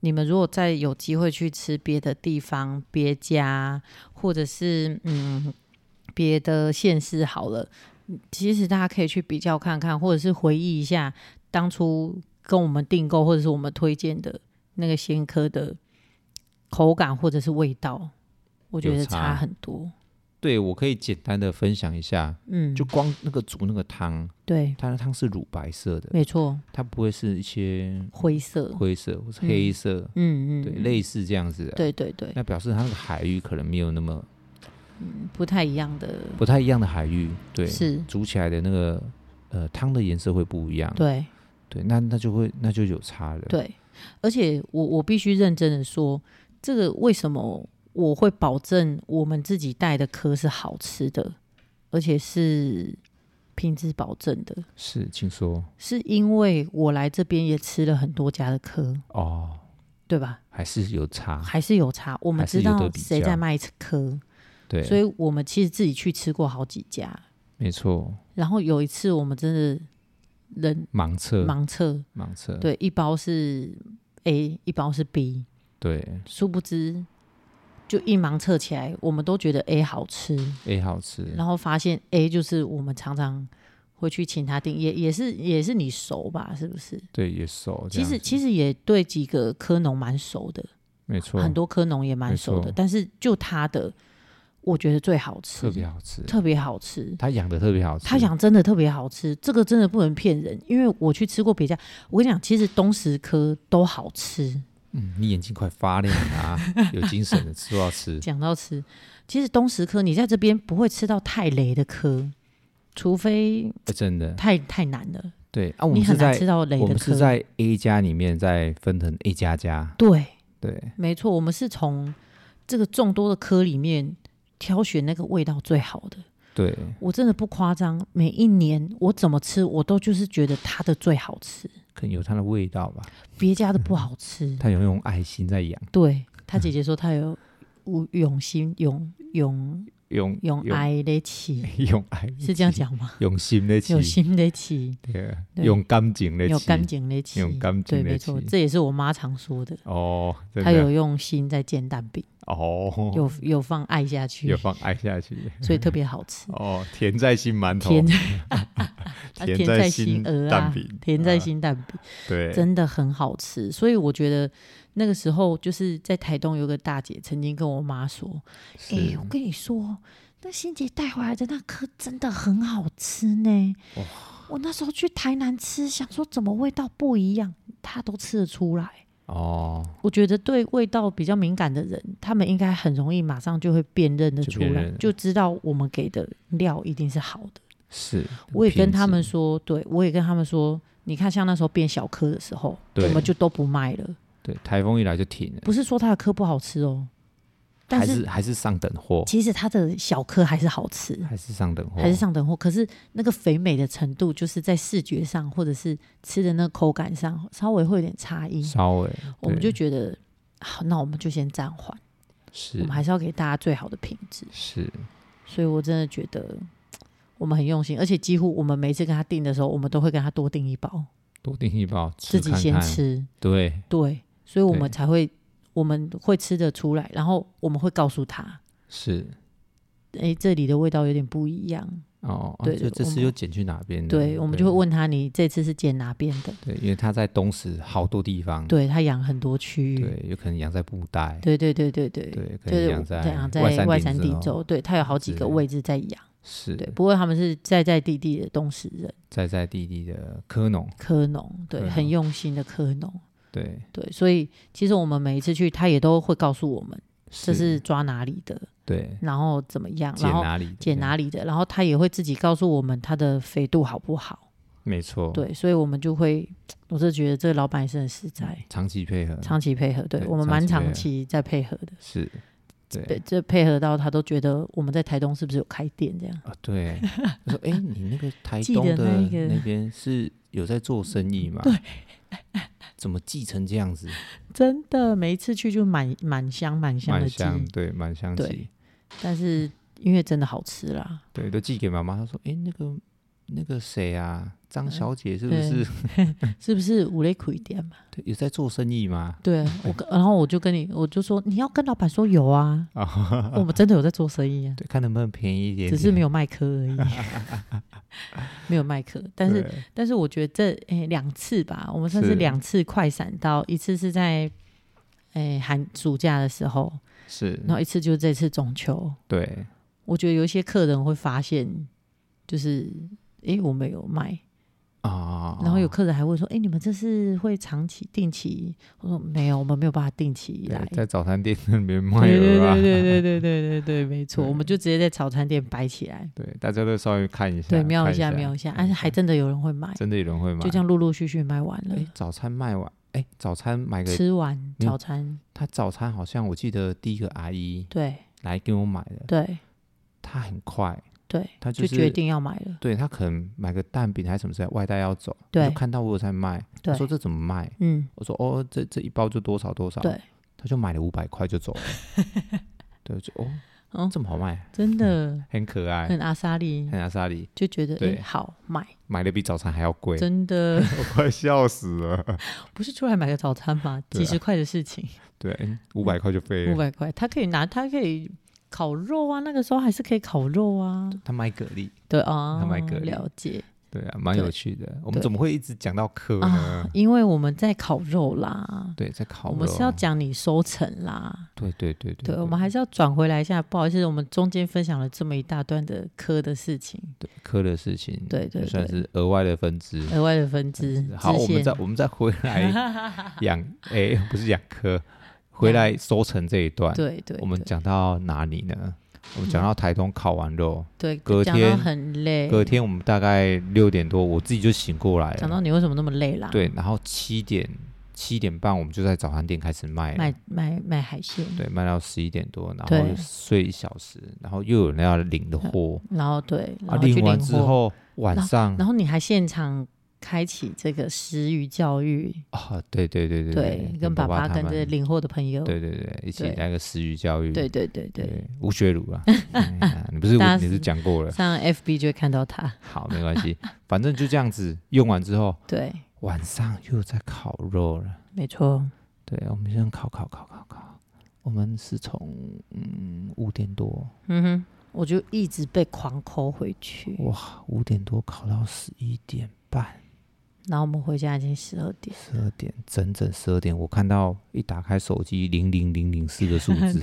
你们如果再有机会去吃别的地方、别家，或者是嗯别的县市好了，其实大家可以去比较看看，或者是回忆一下当初跟我们订购或者是我们推荐的那个鲜科的口感或者是味道，我觉有得差差很多。对，我可以简单的分享一下，嗯，就光那个煮那个汤，对，它的汤是乳白色的，没错，它不会是一些灰色。灰色或是嗯黑色，嗯嗯，对，嗯类似这样子的。，对对对，那表示它那个海域可能没有那么不太一样的，不太一样的海域，对，是，煮起来的那个呃汤的颜色会不一样。对对那那就会那就有差了。，对，而且我我必须认真的说，这个为什么我会保证我们自己带的科是好吃的，而且是品质保证的，是，请说是因为我来这边也吃了很多家的科，哦，对吧？还是有差。还是有差，我还们是知有得道比谁较在卖科，对，所以我们其实自己去吃过好几家。没错，然后有一次我们真的人盲测，盲测，盲测，对，一包是 A，一包是 B。对殊不知，就一盲测起来，我们都觉得 A 好吃， ，A 好吃，然后发现 A 就是我们常常会去请他订，也也是也是你熟吧？是不是？对也熟，其实其实实也对几个科农蛮熟的，没错，很多科农也蛮啊没熟的错，但是就他的，我觉得最好吃，特别好吃，特别好吃。他养的特别好吃，他讲真的特别好吃，这个真的不能骗人，因为我去吃过别家，我跟你讲，其实东石科都好吃，嗯，你眼睛快发亮了啊，有精神了，吃都要 吃，讲到吃，其实东石科你在这边不会吃到太雷的科，除非哎真的，太太难了，对啊，我你们是很难在吃到雷我的们是科。在 A 加里面再分成 A 加加，对，对，没错，我们是从这个众多的科里面挑选那个味道最好的。对，我真的不夸张，每一年我怎么吃，我都就是觉得它的最好吃，可能有它的味道吧，别家的不好吃。他有用爱心在养，对他姐姐说，她有无永心永永用永爱的气， 用爱是这样讲吗？用心的起有，心的气。对，啊对用感情的有起干净的气，用干净对，的没错气，这也是我妈常说的。哦，真她的有用心在煎蛋饼，哦，有有放爱下 去有，放爱下去。所以特别好吃。 哦，甜在心馒头， 甜啊 甜甜在在心心鹅蛋啊饼，，甜在啊心蛋饼对，真的很好吃，所以我觉得那个时候就是在台东有个大姐曾经跟我妈说：“哎、是我跟你说，那欣姐带回来的那颗真的很好吃呢。哇我那时候去台南吃，想说怎么味道不一样，她都吃得出来。哦，我觉得对味道比较敏感的人，他们应该很容易马上就会辨认的就出辨来认，了就知道我们给的料一定是好的。是。我也跟品他们质说，对我也跟他们说，你看像那时候变小颗的时候，我对们就都不卖了。对，台风一来就停了，不是说它的颗不好吃哦，但还是是还是上等 货，其实它的小颗还是好吃，还是上等货，还是上等货。可是那个肥美的程度，就是在视觉上或者是吃的那个口感上，稍微会有点差异。稍微我们对就觉得，好，那我们就先暂缓，我是们还是要给大家最好的品质。是所以我真的觉得我们很用心，而且几乎我们每次跟他订的时候，我们都会跟他多订一包，多订一包，自己看先看，吃。对，对，所以我们对才会我们会吃得出来，然后我们会告诉他，是哎，这里的味道有点不一样。哦，哦对就这我次们又减去哪边了？对，我们就会问他，你这次是捡哪边的？对，因为它在东石好多地方，对他养很多区域，对，有可能养在布袋，对对对对对。对，可就能是养对养外在外山地地州，对他有好几之个类的位置在养，是对。不过他们是在在地地的东石人，在在地地的科农，科农，对，科很农用心的科农。对，对，所以其实我们每一次去，他也都会告诉我们这是抓哪里的，对，然后怎么样，捡然后哪里的捡这样，哪里的，然后他也会自己告诉我们它的肥度好不好。没错，，对，所以我们就会，我是觉得这个老板也是很实在，长期配合长期配合，嗯对对我们长蛮期配合长期在配合的，是，对对，这配合到他都觉得我们在台东是不是有开店这样？啊， 对，他说：“哎、你那个台记东得的那一个那边是有在做生意 吗？对， 怎么寄成这样子？真的，每一次去就满满箱满箱蛮的鸡，香，对，蛮香对气，但是因为真的好吃啦，对，都寄给妈妈。她说：哎、那个那个谁啊，张小姐是不嗯对是是不是五类苦一点嘛？对有在做生意吗？对我跟，然后我就跟你，我就说你要跟老板说 有啊，啊，我们真的有在做生意啊，对，看能不能便宜一点只是没有，有卖课而已， 没有卖课。但是，对但是我觉得这诶两、次吧，我们算是是两次快闪到，一次是在诶寒暑假的时候，是，然后一次就是这次中秋。对，我觉得有一些客人会发现，就是诶、我们有卖，啊，然后有客人还问说，诶、你们这是会长期定期？我说没有，我们没有办法定期对来。在早餐店那边卖对对鹅啊，对对对对对对对，没错，对我们就直接在早餐店摆起来，对，大家都稍微看一下，对，瞄看一下瞄一下，但是还真的有人会买，真的有人会买，就这样陆陆续续卖完了，哎，早餐卖完，哎，早餐买个吃完没有早餐，他早餐好像我记得第一个阿姨对来给我买的，对她很快，对，她就是决定要买了，对她可能买个蛋饼还是什么之类，外带要走，对她就看到我有在卖，她对说这怎么卖？嗯，我说哦，这这一包就多少多少，对，她就买了五百块就 走了，对，我就哦，哦这么好卖，真的很可爱，很阿莎莉很，阿莎莉就觉得对诶好买，买的比早餐还要贵，真的我快笑死了，不是出来买个早餐吗？对啊几十块的事情， 对，五百块就废五了，百块，他可以拿，他可以烤肉啊，那个时候还是可以烤肉啊，她卖蛤蜊，对啊他买蛤，蜊了解。对啊，蛮对有趣的，我们对怎么会一直讲到课啊呢？，因为我们在烤肉啦，对，在烤我肉，啊们是要讲你收成啦。对对对对，我们还是要转回来一下。不好意思，我们中间分享了这么一大段的科的事情，对科的事情，对对也算对是额外的分支。额外的分支。好，我们再我们再回来 再养，哎、不是养科，回来收成这一段，对对，我们对嗯讲到哪里呢？我们讲到台东烤完肉，对隔讲到天很累，隔天我们大概六点多，我自己就醒过来讲到了，你为什么那么累啦？，对，然后七点七点半我们就在早餐店开始卖了，卖卖卖海鲜，对，卖到十一点多，然后对睡一小时，然后又有人要领的货，然后对，啊，然后去领领完之货，后晚上然后你还现场开启这个食语教育，啊，对对对对对，跟爸爸爸他跟们这领货的朋友，对对对，一起对来个食育教育。对对对对，吴学儒 啊，哎呀你不是大家你是讲过了，上 FB 就会看到他。好，没关系，反正就这样子。用完之后，对，晚上又在烤肉了。没错，对，我们先烤烤烤烤烤。我们是从嗯五点多，嗯哼，我就一直被狂抠回去，哇，五点多烤到十一点半、然后我们回家已经十二点，十二点，整整十二点。我看到一打开手机零零零零四个数 字，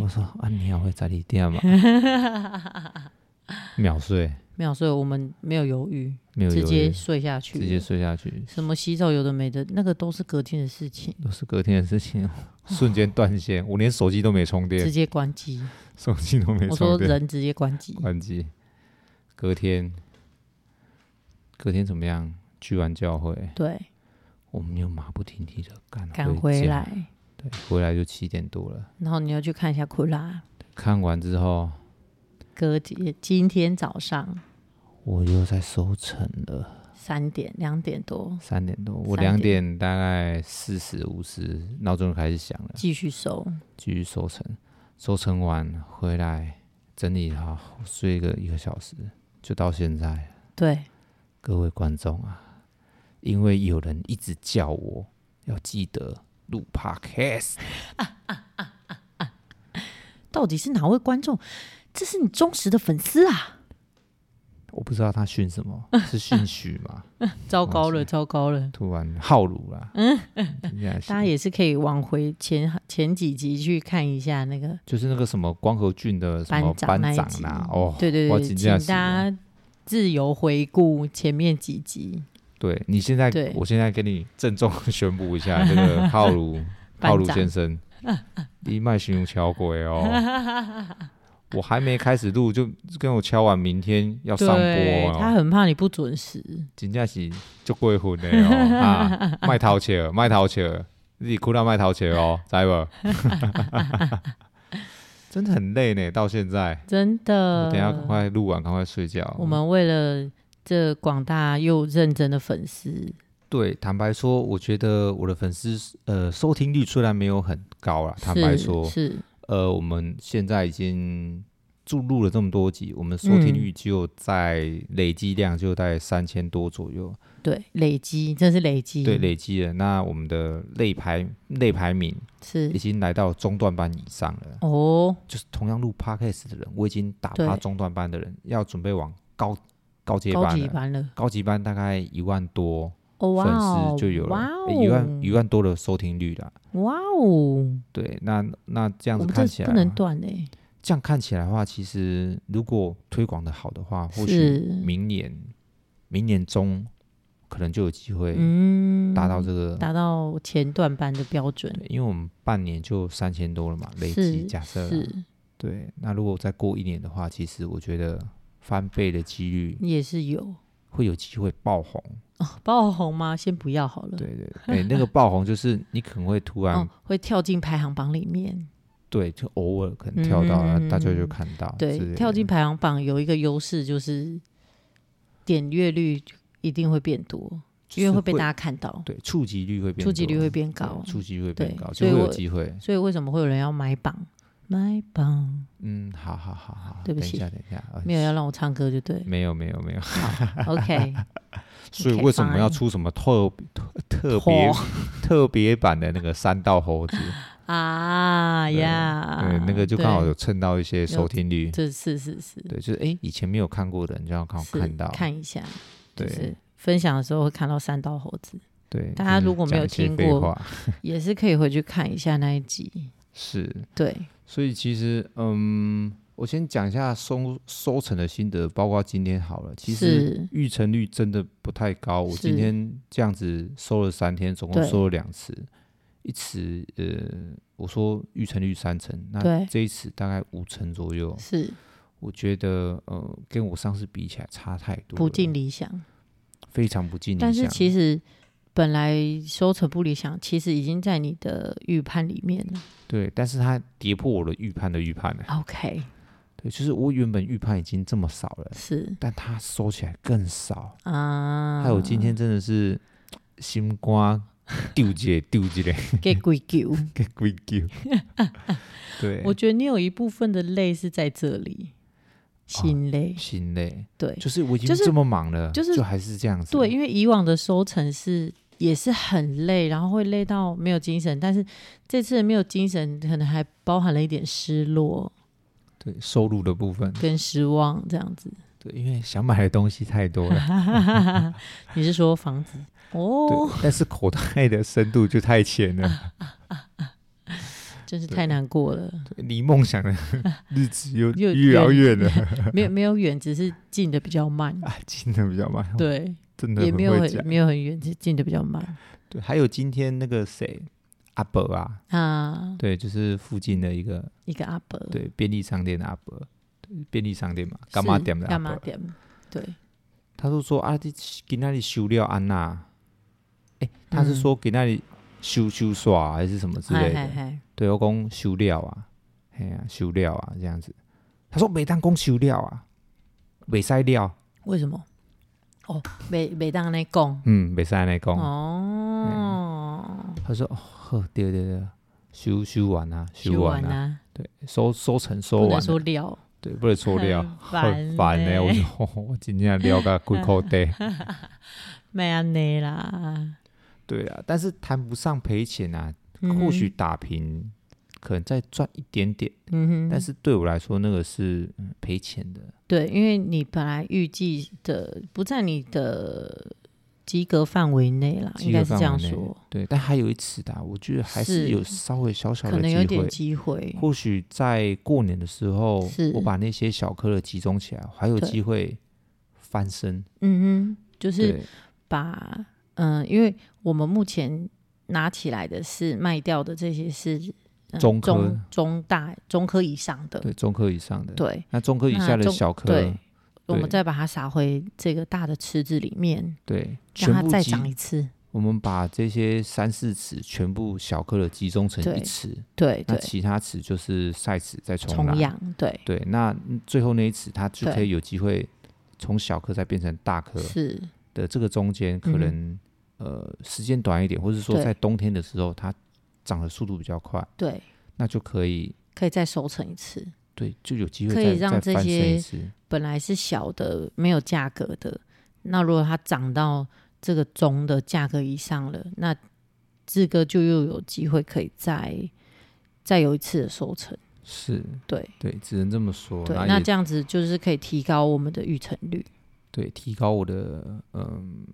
我说啊，你还会在里店吗？秒睡。 没有，所以我们没有犹豫，没有直犹接豫睡下去了，直接睡下去，什么洗手有的没的，那个都是隔天的事情，都是隔天的事情，瞬间断线，我连手机都没充直电，接关机。手机都没我充说电，人直接关机，关机。隔天，隔天怎么样？去完教会，对，我们又马不停蹄的赶赶回回家，来，对，回来就七点多了。然后你要去看一下库拉。看完之后，隔天今天早上我又在收成了，三点两点多三点多，我两三点大概四十五十闹钟就开始响了，继续收，继续收成，收成完回来整理好，睡个一个小时，就到现在了。对，各位观众啊，因为有人一直叫我要记得录 podcast，到底是哪位观众？这是你忠实的粉丝啊！我不知道他训什 么，是训许嘛？糟糕了，糟糕了！突然浩如啦，听起来是嗯大家也是可以往回前前几集去看一下那个就是那个什么光和俊的什么班班长那一长集啦、哦，对对我对，要啊紧请接下大来是家自由回顾前面几集对你现在对，我现在给你郑重地宣布一下，这个浩 如班浩如长先生，你卖形容敲鬼 哦，我还没开始录就跟我敲完明天要上播对，他哦，很怕你不准时，真正是就过分的 哦啊，卖掏钱了，卖掏钱了，你哭到卖掏钱哦，知道不？ 真的很累呢，到现在，真我的。等一下赶快录完，赶快睡觉。呃我们为了这广大又认真的粉丝，对，坦白说，我觉得我的粉丝呃收听率虽然没有很高啦，坦白是说，是呃，我们现在已经注入了这么多集，我们收听嗯率就在累积量就在三千多左右，对累积，这是累积，对，累积了。那我们的类排类排名是已经来到中段班以上了，哦，就是同样录 podcast 的人，我已经打对趴中段班的人，要准备往高高阶高班级了。班了，高级班大概一万多哦粉哇哦，丝就有了哇，诶哦，一万一万多的收听率啦。哇哦，对，那那这样我子们看这起来啊不的能话，断哎，这样看起来的话，其实如果推广的好的话，或许是，明年明年中可能就有机会嗯，达到这个、达到前段班的标准，对，因为我们半年就三千多了嘛，累是计假设啦是对。那如果再过一年的话，其实我觉得翻倍的几率也是有会有机会爆红。哦，爆红吗？先不要好了，对对对，哎、那个爆红就是你可能会突然、啊哦，会跳进排行榜里面，对，就偶尔可能跳到，嗯然嗯后大家嗯就嗯看到之类的，对，跳进排行榜有一个优势就是点阅率一定会变多，就是因为会被大家家看到，对触及率会变触及率多会变对高。触及率会变对高，就所以会有我机会。所以为什么会有人要买榜？买榜嗯，好好好好，对不等一起下等一下，呃没有要让我唱歌就对 没有没有没有， ，OK，所以为什么要 fine 出什么特特特别特别版的那个三道猴 子？啊对呀，对，那个就刚好对有蹭到一些收听率。这是是是对，就是哎，以前没有看过的人，就要刚好是看到。看一下，就对是分享的时候会看到三道猴 子，对，大家就是如果没讲有一些听废过 话，也是可以回去看一下那一集。是对，所以其实，嗯，我先讲一下收收成的心得，包括今天好了。其实是预成率真的不太高，我是今天这样子收了三天，总共对收了两次，一次呃，我说预成率三成，那对这一次大概五成左右。是我觉得呃，跟我上次比起来差太多了，不尽理想，非常不尽理想。但是其实本来收成不理想，其实已经在你的预判里面了。对，但是它跌破我的预判的预判了。 OK，对，就是我原本预判已经这么少了，是但它收起来更少。啊，还有今天真的是心肝丢结丢结嘞， 给鬼狗，给鬼 丢。对，啊我觉得你有一部分的累是在这里，心累，心累，对就是我已经就是这么忙了，就是还是这样子。对，因为以往的收成是。也是很累，然后会累到没有精神，但是这次的没有精神可能还包含了一点失落对收入的部分，跟失望这样子。对，因为想买的东西太多了， 你是说房子？哦，啊对，但是口袋的深度就太浅了。 真是太难 过了。离梦想的日子又 又越遥远了， 没有没有远，只是进的比较慢。啊，近的比较慢，我对，真的也很没有会讲很。没有很远，只是进的比较慢对，还有今天那个谁，阿伯啊，啊。对，就是附近的一个一个阿伯，对便利商店的阿伯，对便利商店嘛，是，干嘛点的阿干嘛伯，点？对，他就说啊，你给那里修料安娜，哎，他嗯是说给那里修修刷啊还是什么之类的嗨，嗨，对，我讲修料啊，哎呀、修料啊这样子，他说每当讲修料啊，袂使料，为什么？哦，每每当来讲嗯，袂使安尼讲，哦，他说哦，呵对对对，修修完啊，修修完啊，啊，对，收收成收不完能了说料，对，不能错料，很很烦烦呢、欸我就、 我今天聊个贵口袋，没安内啦。对啊，但是谈不上赔钱啊，嗯或许打平可能再赚一点点，嗯啊哼，但是对我来说那个是嗯赔钱的，对，因为你本来预计的不在你的及格范围内啦，应及格该是范这样围内说，对，但还有一次的啊、我觉得还是是有稍微小小可的能有机点会。机会。或许在过年的时候是，我把那些小颗的集中起来，还有对机会翻身。嗯哼，就是对，把嗯、因为我们目前拿起来的是卖掉的这些是、呃中科中中大中科以上的，对，中科以上的，对，那中科以那下的中小颗，对我对们再把它撒回这个大的池子里面，对，让全它部再集长一次。我们把这些三四尺全部小颗的集中成对一尺，对那对，其他尺就是赛尺再重重来。养对对，那嗯最后那一尺，它就对可以有机会从小颗再变成大颗是，嗯的。这个中间可能、呃时间短一点，或者说对在冬天的时候，它长的速度比较快，对，那就可以可以再收成一次。对，就有机会可再以让再这翻身些一次。本来是小的没有价格的，那如果它涨到这个中的价格以上了，那志哥就又有机会可以再再有一次的收成。是对对，只能这么说。对，然后那哦也这样子就是可以提高我们的预成率、对提高我的嗯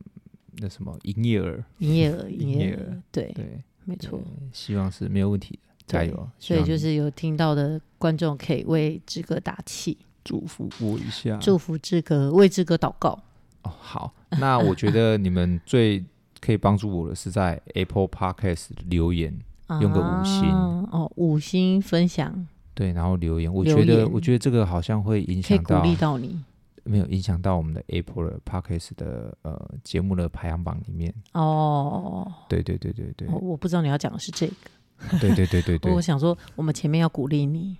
那什么营业额。营业额、营营业业额额。对，对，没错。希望是没有问题的，加油！所以希望就是有听到的观众可以为志哥打气，祝福我一下。祝福志哥，为志哥祷告。哦，好，那我觉得你们最可以帮助我的是在 Apple Podcast 留言，用个五星啊哦，五星分享对，然后留言，我留觉得言我觉得这个好像会影可以响鼓到励到你没有影响到我们的 Apple 的 Podcast 的呃节目的排行榜里面。哦。对对对对对我我不知道你要讲的是这个，对对对 对对哦我想说我们前面要鼓励你，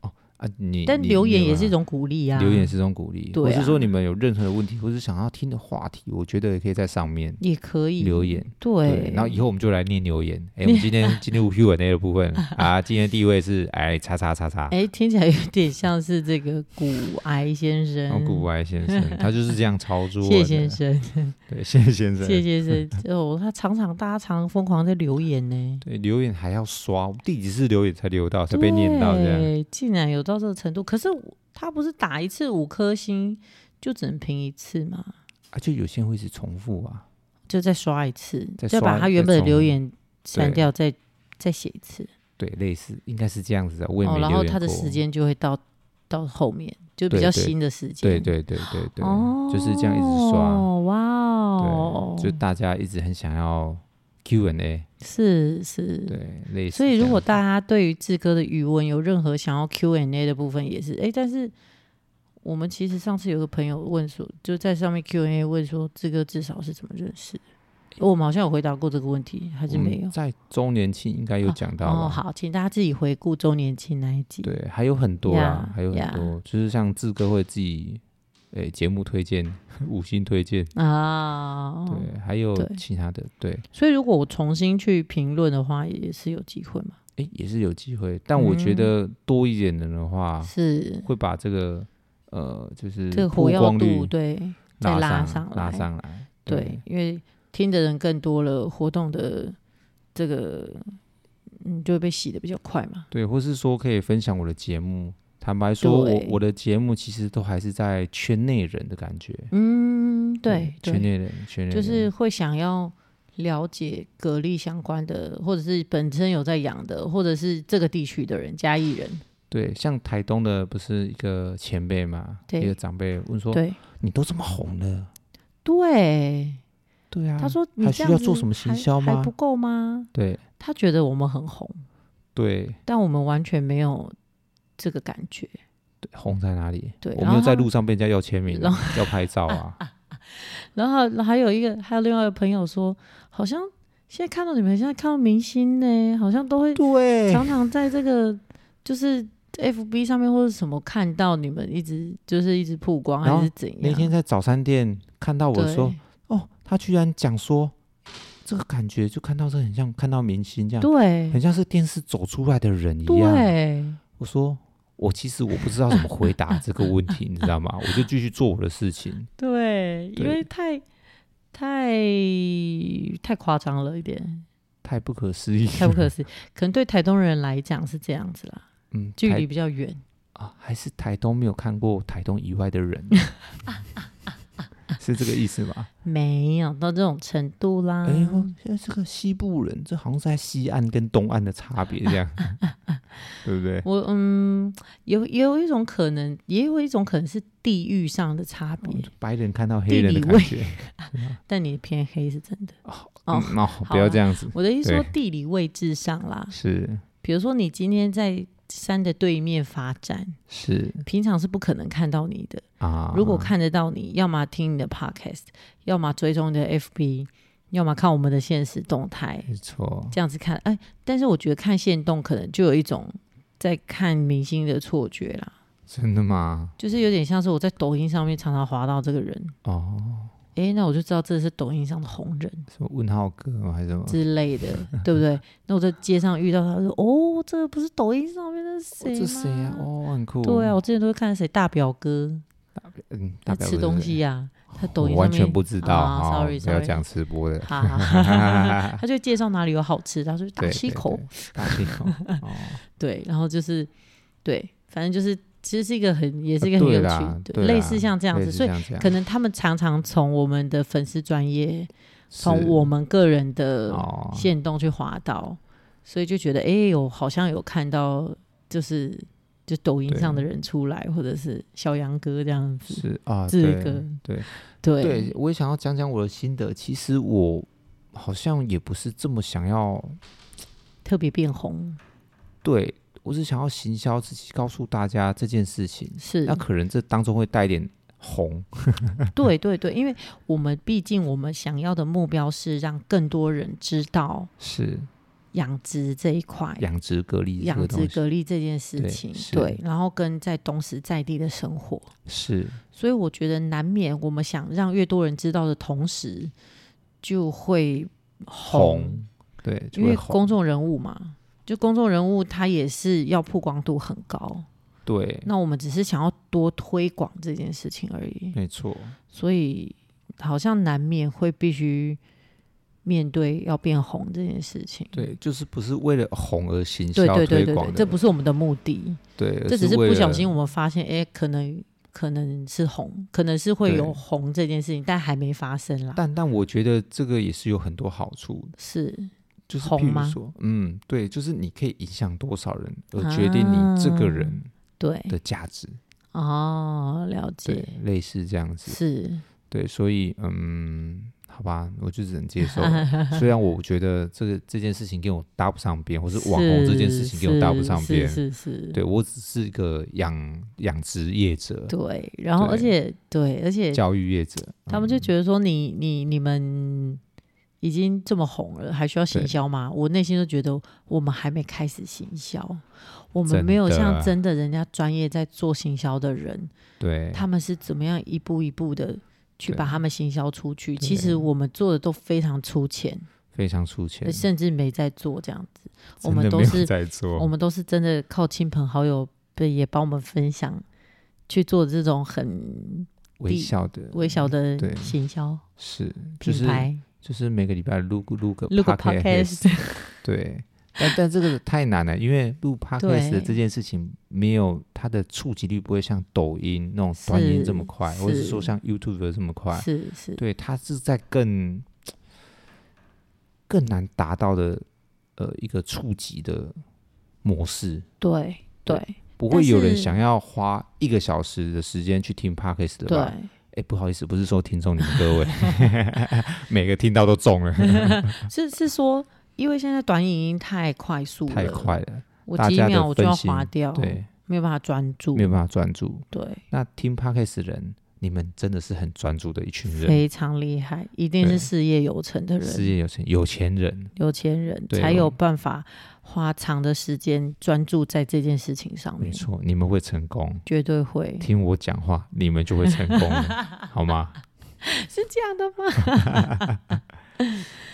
啊！你但你留言你有也是一啊种鼓励啊，留言是一种鼓励，对或是啊说你们有任何的问题，或是想要听的话题，我觉得也可以在上面也可以留言。对对，，然后以后我们就来念留言。哎，我们今 天进入 Q&A 的部分啊，今天第一位是哎叉叉叉叉，哎，听起来有点像是这个骨癌先然后生，哦古白先生，他就是这样操作的。 谢先，生，对，谢先生，谢先生，哦，他常常大家常常疯狂在留言呢，对，留言还要刷，我第几次留言才留到，才被念到这样。对，竟然有到这个程度，可是我他不是打一次五颗星就只能评一次吗？啊，就有些人会是重复啊，就再刷一次，再再刷把他原再本的重留言删对掉，再再写一次。对，类似应该是这样子的，我也没哦，留然言后他的过时，间就会到到后面，就比对较对新的时间。对对对对对哦，，就是这样一直刷，哦，哇哦，对，就大家一直很想要 Q&A，是是。对，类似这所样。以，如果大家对于志哥的语文有任何想要 Q&A 的部分，也是哎，但是我们其实上次有个朋友问说，就在上面 Q&A 问说，志哥至少是怎么认识的？我们好像有回答过这个问题，还是我们没有？在周年庆应该有讲到吧？哦，好，请大家自己回顾周年庆那一集。对，还有很多啦 Yeah，还有很 yeah 多，就是像志哥会自己，诶、节目推荐、 五星推荐，啊，对，还有对其他的，对，所以如果我重新去评论的话，也是有机会嘛？诶、也是有机会。但我嗯觉得多一点人的话，是会把这个呃，就是这个曝火药光率度对再拉拉上上拉来上来，对，因为听的人更多了，活动的这个嗯就会被洗的比较快嘛。对，或是说可以分享我的节目。坦白说，我对我的节目其实都还是在圈内人的感觉，嗯，对圈对，内人，圈内人就是会想要了解蛤蜊相关的，或者是本身有在养的，或者是这个地区的人，嘉义人，对，像台东的不是一个前辈嘛，对一个长辈问说对：“你都这么红了，对，对啊，他说你还这需样要做子什么行还销还吗不够吗？对他觉得我们很红，对但我们完全没有这个感觉。对，红在哪里？对我然没后有他在路上被人家要签名啊然，要拍照 啊，然后还有一个，还有另外一个朋友说，好像现在看到你们现在看到明星呢，好像都会对常常在这个就是 FB 上面或者什么看到你们一直就是一直曝光然后还是怎样？那天在早餐店看到我对说，哦，他居然讲说，这个感觉就看到这很像看到明星这样，对很像是电视走出来的人一样。对我说，我其实我不知道怎么回答这个问 题，你知道吗？我就继续做我的事情。对，因对为太太太夸张了一点，太不可思议，太不可思议。可能对台东人来讲是这样子啦，嗯，距台离比较远。啊，还是台东没有看过台东以外的 人，是这个意思吗？没有到这种程度啦，哎、呦，嗯现在这个西部人，这好像是在西岸跟东岸的差别， 这样，对不对？我嗯，有也有一种可能，也有一种可能是地域上的差别，哦白人看到黑人的地理感位觉，但你偏黑是真的。嗯哦哦，不要啊这样 子，我的意思说对地理位置上啦，是比如说你今天在山的对面发展，是平常是不可能看到你的。啊。如果看得到你，要么听你的 podcast，要么追踪你的 FB，要么看我们的现实动态，没错，这样子看。哎，但是我觉得看现动可能就有一种在看明星的错觉啦，真的吗？就是有点像是我在抖音上面常常滑到这个人，哦，哎、那我就知道这是抖音上的红人什么问号哥吗？还是什么？之类 的，对不对？那我在街上遇到他说，哦，这不是抖音上面的哦谁、这谁啊？？哦，很酷。对啊，我之前都会看谁大表哥嗯，大在表吃哥东是西呀、我他抖音上完全面不知道啊哈， ，sorry，不要 sorry 讲吃播的。 哈哈，他就介绍哪里有好吃的，他说 对大溪对口，对大溪口， 哦，对，然后就是对，反正就是其实是一个很也是一个很啊对有啦趣，对类啦似像这样类子，似所以像这样可能他们常常从我们的粉丝专业，从是我们个人的哦，线动去滑到，所以就觉得哎、有好像有看到就是就抖音对上的人出来，或者是小杨哥这样子，是啊，志对哥，对对对，我也想要讲讲我的心得。其实我好像也不是这么想要，特别变红对我是想要行销自己，告诉大家这件事情。是那可能这当中会带点红，对对对，因为我们毕竟我们想要的目标是让更多人知道是养殖这一块，养殖蛤蜊这哎养个殖东西，蛤蜊这件事对情，是对，然后跟在东石在地的生活，是所以我觉得难免我们想让越多人知道的同时，就会红，红，对，就因会为红公众人物嘛。就公众人物，他也是要曝光度很高。对，那我们只是想要多推广这件事情而已。没错，所以好像难免会必须面对要变红这件事情。对，就是不是为了红而行销对对对推对广对，的，这不是我们的目的，对，而这只是为不小了心我们发现，哎，可能可能是红，可能是会对有红这件事情，但还没发生啦。但但我觉得这个也是有很多好处，是就是红譬吗如说，嗯，对，就是你可以影响多少人，而决定你这啊个人对的价值，哦，了对解，，类似这样子，是对，所以嗯，好吧，我就只能接受 了。虽然我觉得这个这件事情跟我搭不上边，或是网红这件事情跟我搭不上是边，是是，是对我只是一个养养殖业者、对。然后而且对，而且教育业者，嗯他们就觉得说你你你们已经这么红了，还需要行对销吗？我内心都觉得我们还没开始行销，我们真没有像的真的人家专业在做行销的人，对，他们是怎么样一步一步的去对把他们行销出去。对其实我们做的都非常粗浅，非常出钱，甚至没在做这样子。我真们的都没有是在我做，们都是真的靠亲朋好友被也帮我们分享去做这种很微地笑的微小的嗯对行销是就品是。牌。就是每个礼拜录录个录个 podcast， podcast， 对。但但这个太难了，因为录 podcast 的对这件事情没有它的触及率不会像抖音那种短音这么快，是或者是说像 YouTube 这么快。是是，对，它是在更更难达到的呃一个触及的模式，对对不但会有人是想要花一个小时的时间去听 podcast 的对吧？哎、不好意思，不是说听众你们各位， 每个听到都中 了，是是说，因为现在短影音太快速了，太，快了，我大几家的秒我就要分心划掉，，对，没有办法专注，没有办法专注。对，那听 podcast 的人，你们真的是很专注的一群人，非常厉害，一定对是事业有成的事人，业有成有钱人，有钱人对哦才我有办法花长的时间专注在这件事情上没面，错，你们会成功。绝对会，听我讲话，你们就会成功 了，好吗？是这样的吗？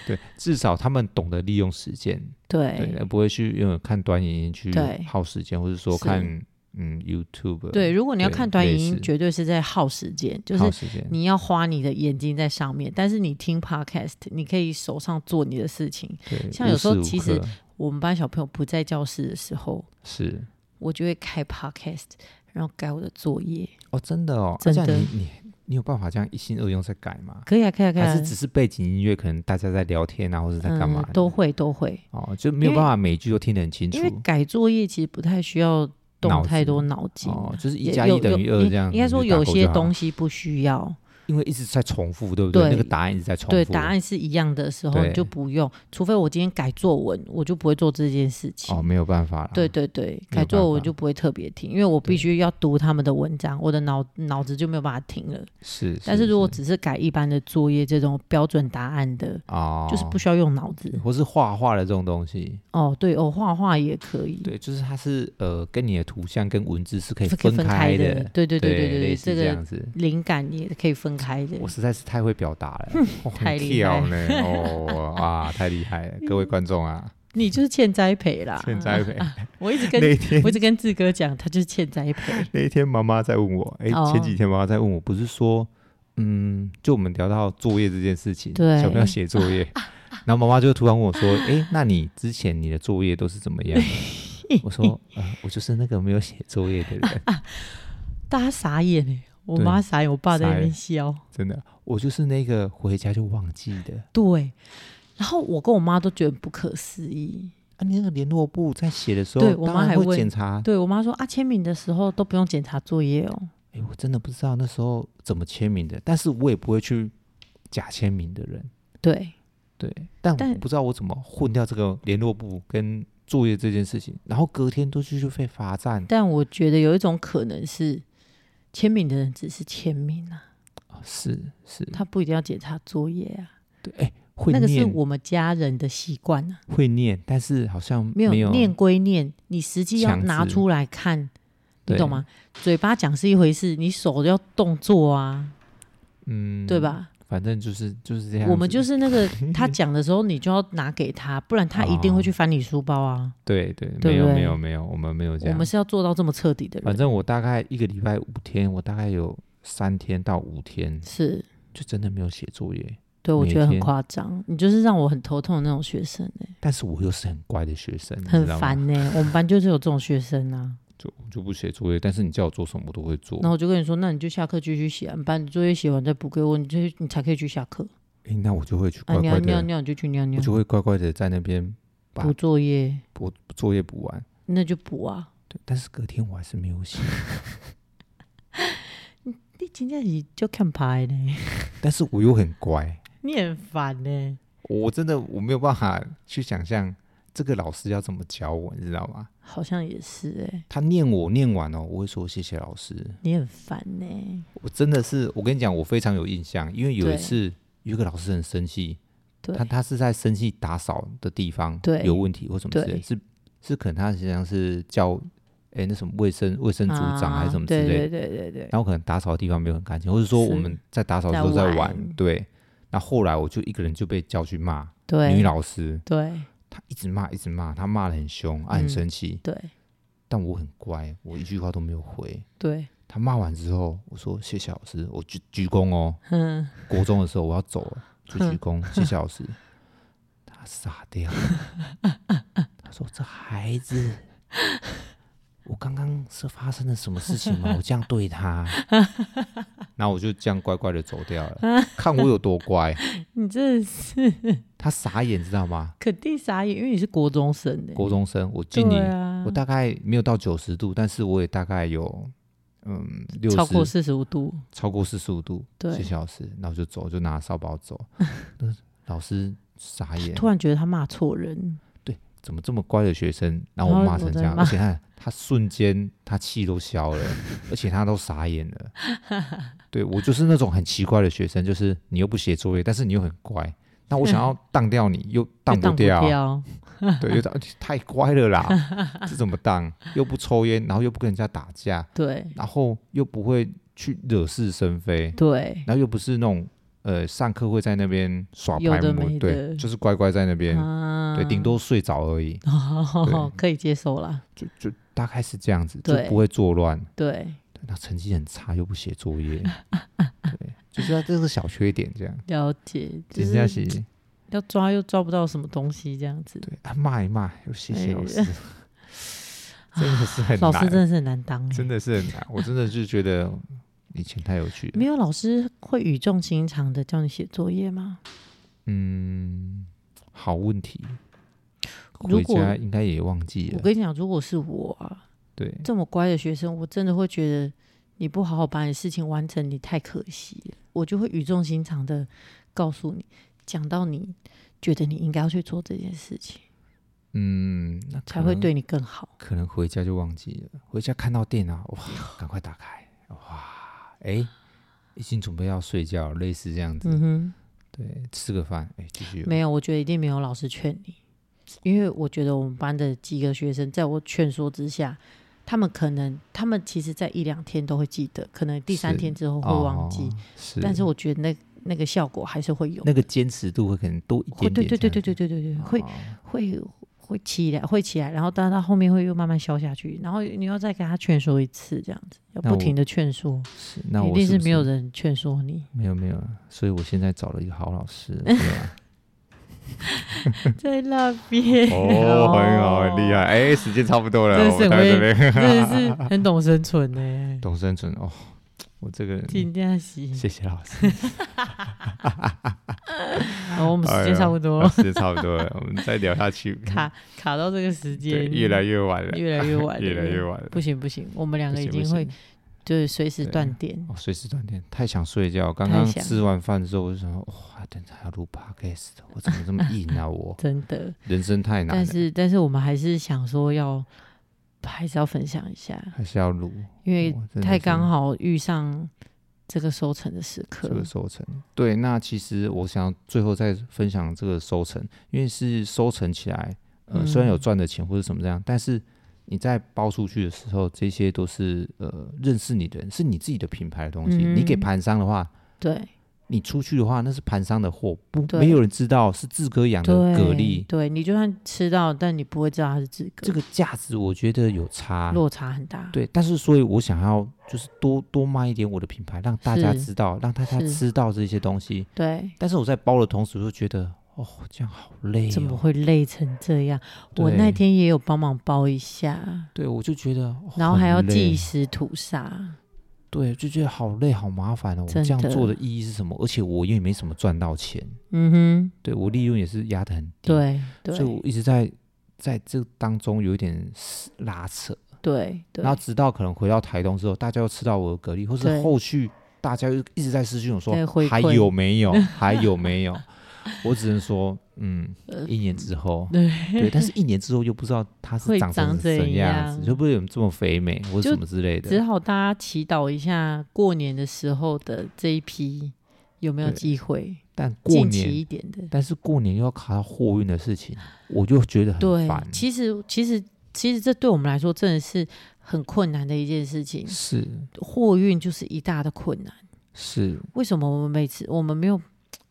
对，至少他们懂得利用时间，对，对而不会去因为看短影音去对耗时间，或者说是看嗯 YouTube 对，如果你要对看短类影似音，绝对是在耗时间，就是耗时间，你要花你的眼睛在上面，但是你听 podcast，你可以手上做你的事情。对，像有时无候时无其实刻我们班小朋友不在教室的时候，是我就会开 podcast，然后改我的作业。哦，真的哦，真啊这样的你你你有办法这样一心二用再改吗？可以啊，可以啊，可以还啊是，只是背景音乐，可能大家在聊天啊，或者在干嘛、嗯，都会都会，哦，就没有因为办法每一句都听得很清楚因为改作业其实不太需要脑动子太多脑筋。哦，就是一也加有一等于有二应这样。应该说有些东西，西不需要，因为一直在重复，对不对？对那个答案一直在重复，对，答案是一样的时候对你就不用，除非我今天改作文，我就不会做这件事情。哦，没有办法了。对对对，没有改作文办我法就不会特别听，因为我必对须要读他们的文章，我的脑脑子就没有办法听了。是，是但是如果是只是改一般的作业这种标准答案的，哦，就是不需要用脑子。或是画画的这种东西，哦，对哦，画画也可以，对，就是它是呃，跟你的图像跟文字是可以是可以分开的。对对对对类对，似这这个样子。灵感也可以分开的我。实在是太会表达 了，哦、很太厉跳害呢，哦啊，太厉害了，各位观众 啊，你就是欠栽培啦，现在我一直跟那一天 我一直跟志哥讲，他就是欠栽培。那一天妈妈在问我，哎、哦前几天妈妈在问我，不是说，嗯，就我们聊到作业这件事情，对小朋友写作 业，然后妈妈就突然问我说，哎、那你之前你的作业都是怎么样 的？我说，呃，我就是那个没有写作业的人，大家傻眼哎，我对妈傻眼，我爸在傻那边眼笑。真的，我就是那个回家就忘记的。对，然后我跟我妈都觉得不可思议。啊，你那个联络簿在写的时候，对我妈当然还会问检查。对我妈说啊，签名的时候都不用检查作业哦。哎、我真的不知道那时候怎么签名的，但是我也不会去假签名的人。对，对，但但我不知道我怎么混掉这个联络部跟作业这件事情，然后隔天都继续被罚站，但我觉得有一种可能是，签名的人只是签名啊，哦是是，他不一定要检查作业啊。对，哎、会那个是念我们家人的习惯啊，会念，但是好像没有有念归念，你实际要强制拿出来看，你对懂吗？嘴巴讲是一回事，你手要动作啊，嗯，对？吧？反正就是就是这样子，我们就是那 个他讲的时候，你就要拿给他，不然哦他一定会去翻你书包啊。对对，对没有不没对有没有，我们没有这我样，们是要做到这么彻底的反人，正我大概一个礼拜五天，我大概有三天到五天是。就真的没有写作业，对，我每觉得很天夸张，你就是让我很头痛的那种学生哎、但是我又是很乖的学生，你很知道吗烦，呢、欸 我们班就是有这种学生啊，就我就不写作业，但是你叫我做什么我都会做然。后我就跟你说，那你就下课继续写、啊，你把你作业写完再补给我，你就你才可以去下课哎、那我就会去啊，乖你要乖尿的，尿你就去尿尿我，就会乖乖的在那边把补作业我作业补完，那就补啊，对，但是隔天我还是没有写， 你今天你就看牌呢， 但是我又很乖，你很烦呢、我真的我没有办法去想象这个老师要怎么教我，你知道吗？好像也是哎、他念我念完哦，我会说谢谢老师，你很烦欸呢、我真的是我跟你讲，我非常有印象，因为有一对次有一个老师很生气，对他他是在生气打扫的地方对有问题或什么之类的，对是是可能他实际上是叫哎、那什么卫生卫生组长还是什么之类的，啊对对对对对，然后可能打扫的地方没有很干净，或者说是我们在打扫的时候在在玩玩，对。那后来我就一个人就被叫去骂女对老师，对她一直骂一直骂，她骂的很凶，啊很嗯生气，对但我很乖，我一句话都没有回。对，她骂完之后，我说谢谢老师，我鞠鞠躬哦。嗯，国中的时候我要走了，就鞠躬，谢谢老师。他傻掉了， 他说：“这孩子，我刚刚是发生了什么事情 吗？我这样对他。”然后我就这样乖乖的走掉了，看我有多乖。 你真的是他傻眼，知道吗？肯定傻眼，因为你是国中生的、国中生，我敬你，对啊我，大概没有到九十度，但是我也大概有嗯六超过十四十五度，超过四十五度，对谢谢老师，然后就走，就拿扫把 走，那老师傻眼，突然觉得他骂错人，怎么这么乖的学生，然后然我后骂我成在这样，骂而且他他瞬间他气都消了，而且他都傻眼 了。对我就是那种很奇怪的学生，就是你又不写作业，但是你又很乖。那我 想要当掉你，又当就当不不掉，掉，对，又当太乖了啦 ，这怎么当？又不抽烟，然后又不跟人家打架，对然后又不会去惹是生非，对，然后又不是那种呃上课会在那边耍有白的目，没对，的就是乖乖在那边，啊对，顶多睡着而已。哦，可以接受啦，就就大概是这样子，就对不会作乱。对，对他成绩很差，又不写作 业，对，就是他这个小缺点这样。了解，就人家是写要抓又抓不到什么东西这样子，对啊，骂一骂，又谢谢哎老 师，真的是很老师真难，的是很难当欸，真的是很难。我真的就觉得以前太有趣了没。有老师会语重心长的叫你写作业吗？嗯，好问题，如回果家应该也嗯忘记我了。跟你讲，如果是我啊，对，这么乖的学生，我真的会觉得你不好好把你事情完成，你太可惜了。我就会语重心长的告诉你，讲到你觉得你应该要去做这件事情，嗯，那可才会能对你更好。可能回家就忘记了，回家看到电脑，哇，赶快打开，哇，哎、已经准备要睡觉了，类似这样子，嗯哼，对，吃个饭，哎、继续，没有，我觉得一定没有老师劝你，因为我觉得我们班的几个学生，在我劝说之下，他们可能他们其实在一两天都会记得，可能第三是天之后会忘记，哦是，但是我觉得那那个效果还是会有。那个坚持度会可能多一会，点对点，对对对对对对对，这样子，会哦会会起来，会起来，然后但到后面会又慢慢消下去，然后你要再给他劝说一次，这样子要那我不停的劝说，是，那一我定是不没有人劝 说你，没有没有，所以我现在找了一个好老师，对 吧在那边哦 害，哎、时间差不多真是待会会边真的是 很懂生存呢、董生存哦，我这个人，今天是，谢谢老师。然后我们时间差不 多，啊时间差不多了，我们再聊下去，哦卡卡到这个时对，间，越来越晚了，越来越晚了， 越来越晚了，不行不行，我们两个不已行经不会行就是随时对断电，哦，随时断电，太想睡觉。刚太刚想吃完饭之后，我就想说，哇，等一下还要录 podcast，我怎么 这么硬啊？我真的。人生太难但了，是，但是我们还是想说要，还是要分享一下，还是要录，因为我哦真的太是刚好遇上这个收成的时刻这。个收成。对，那其实我想最后再分享这个收成，因为是收成起来，呃，嗯虽然有赚的钱或者什么这样，但是你在包出去的时候，这些都是呃认识你的人，是你自己的品牌的东西。你给嗯盘商的话，对你出去的话，那是盘商的货，不对没有人知道是志哥养的对，蛤蜊，对你就算吃到，但你不会知道它是自个，这个价值我觉得有差。落差很大。对，但是所以我想要就是多多卖一点我的品牌，让大家是知道，让大家是吃到这些东西。对但是我在包的同时，我就觉得哦，这样好累、哦。怎么？会累成这样？我对那天也有帮忙包一下，对，我就觉得，哦然后还要很累计时吐沙。对，就觉得好累，好麻烦哦。我这真样的做的意义是什么？而且我也没什么赚到钱，嗯哼，对我利润也是压得很低。，对所以对我一直在在这当中有一点拉扯。对然后对，直到可能回到台东之后，大家又吃到我的蛤蜊，或是对后续大家又一直在私讯我说在回馈还有没 有，还有没有？我只能说，嗯，呃一年之后，对对，但是一年之后又不知道它是会长成长怎怎样子，样会不会有这么肥美或者就什么之类的只？好大家祈祷一下，过年的时候的这一批有没有对机会但过近期年，一点的？但是过年又要卡到货运的事情，我就觉得很对烦，。其实其实其实这对我们来说真的是很困难的一件事情。是货运就是一大的困难。是，为什么我们每次我们没有，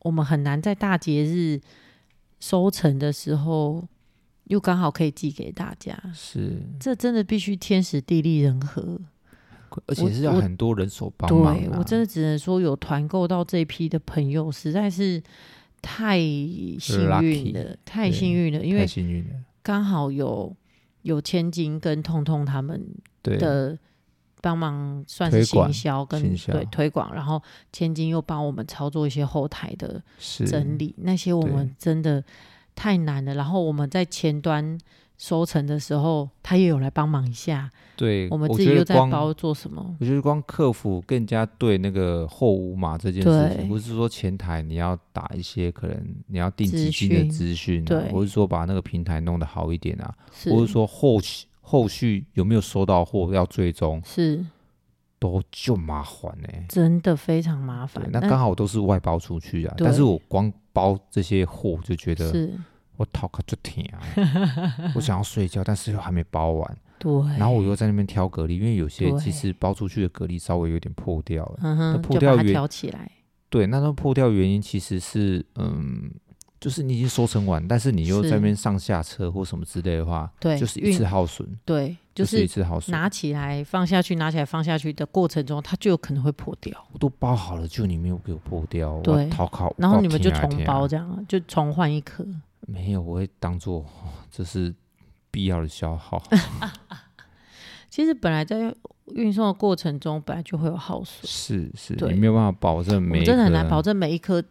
我们很难在大节日收成的时候，又刚好可以寄给大家？是，这真的必须天时地利人和。而且我是要我很多人手帮忙、啊对我真的只能说，有团购到这一批的朋友实在是太幸运 Lucky，了，太对幸运了，因太为幸运了。刚好有有千金跟痛痛他们对的帮忙算推是广行销跟行销对推广，然后千金又帮我们操作一些后台的是整理，那些我对们真的太难了。然后我们在前端收成的时候，他也有来帮忙一下，对，我们我自己觉得又在光包做什么？我觉得光客服更加对那个后五码这件事情，对不是说前台你要打一些可能你要定基资金的讯资讯、啊，对或者说把那个平台弄得好一点啊，是或者说后续后续有没有收到货要追踪，是都就麻烦呢、真的非常麻对烦，。那刚好我都是外包出去啊，对但是我光包这些货就觉得是我头壳就疼啊， 我想要睡觉，但是又还没包完，对，然后我又在那边挑蛤蜊，因为有些对其实包出去的蛤蜊稍微有点破掉了。嗯那哼，破就掉把它原挑起来，对，那它破掉原因其实是，嗯，就是你已经收成完，但是你又在那是边上下车或什么之类的话，对就是一运次耗损，对，就一是次耗损。拿起来放下去，拿起来放下去的过程中，它就有可能会破掉，我都包好了，就你没有给我破掉，我对讨考。然我后你们天就啊重天啊包这样，就重换一颗。没有，我会当做、哦这是必要的消 耗。其实本来在运送的过程中，本来就会有耗损，是是，对你没有办法保证我每们一真的很难个保证每一颗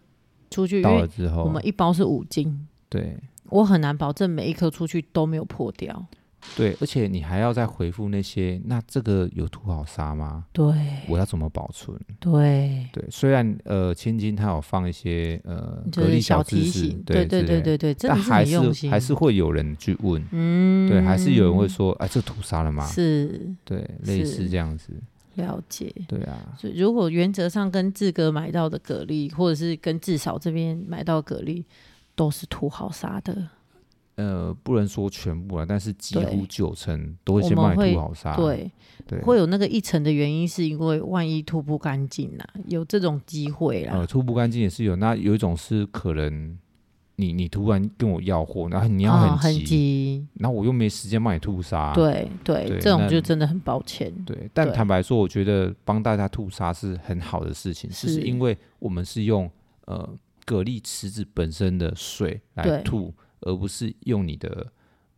出去，因到了哦为之后，我们一包是五斤，对我很难保证每一颗出去都没有破掉。对，而且你还要再回复那些，那这个有土好沙吗？对我要怎么保存？对，对，虽然呃，千金它有放一些呃嗯就格力是小知提识醒，，对对之对类对对，真但的还很用是心，还是会有人去问，嗯，对，还是有人会说，哎，这屠杀了吗？是对，类似是这样子，了解。对啊，所以如果原则上跟志哥买到的蛤蜊，或者是跟志嫂这边买到的蛤蜊，都是土豪杀的，呃，不能说全部啊，但是几对乎九成都会我先们帮你会屠好杀，对，啊对，会有那个一层的原因，是因为万一吐不干净啦，有这种机会啦。呃，吐不干净也是有，那有一种是可能你你突然跟我要货，然后你要啊、很急，急，然后我又没时间帮你屠杀，对对，啊对这种那就真的很抱歉。对，但对坦白说，我觉得帮大家吐沙是很好的事情，就是是因为我们是用呃蛤蜊池子本身的水来对吐，而不是用你的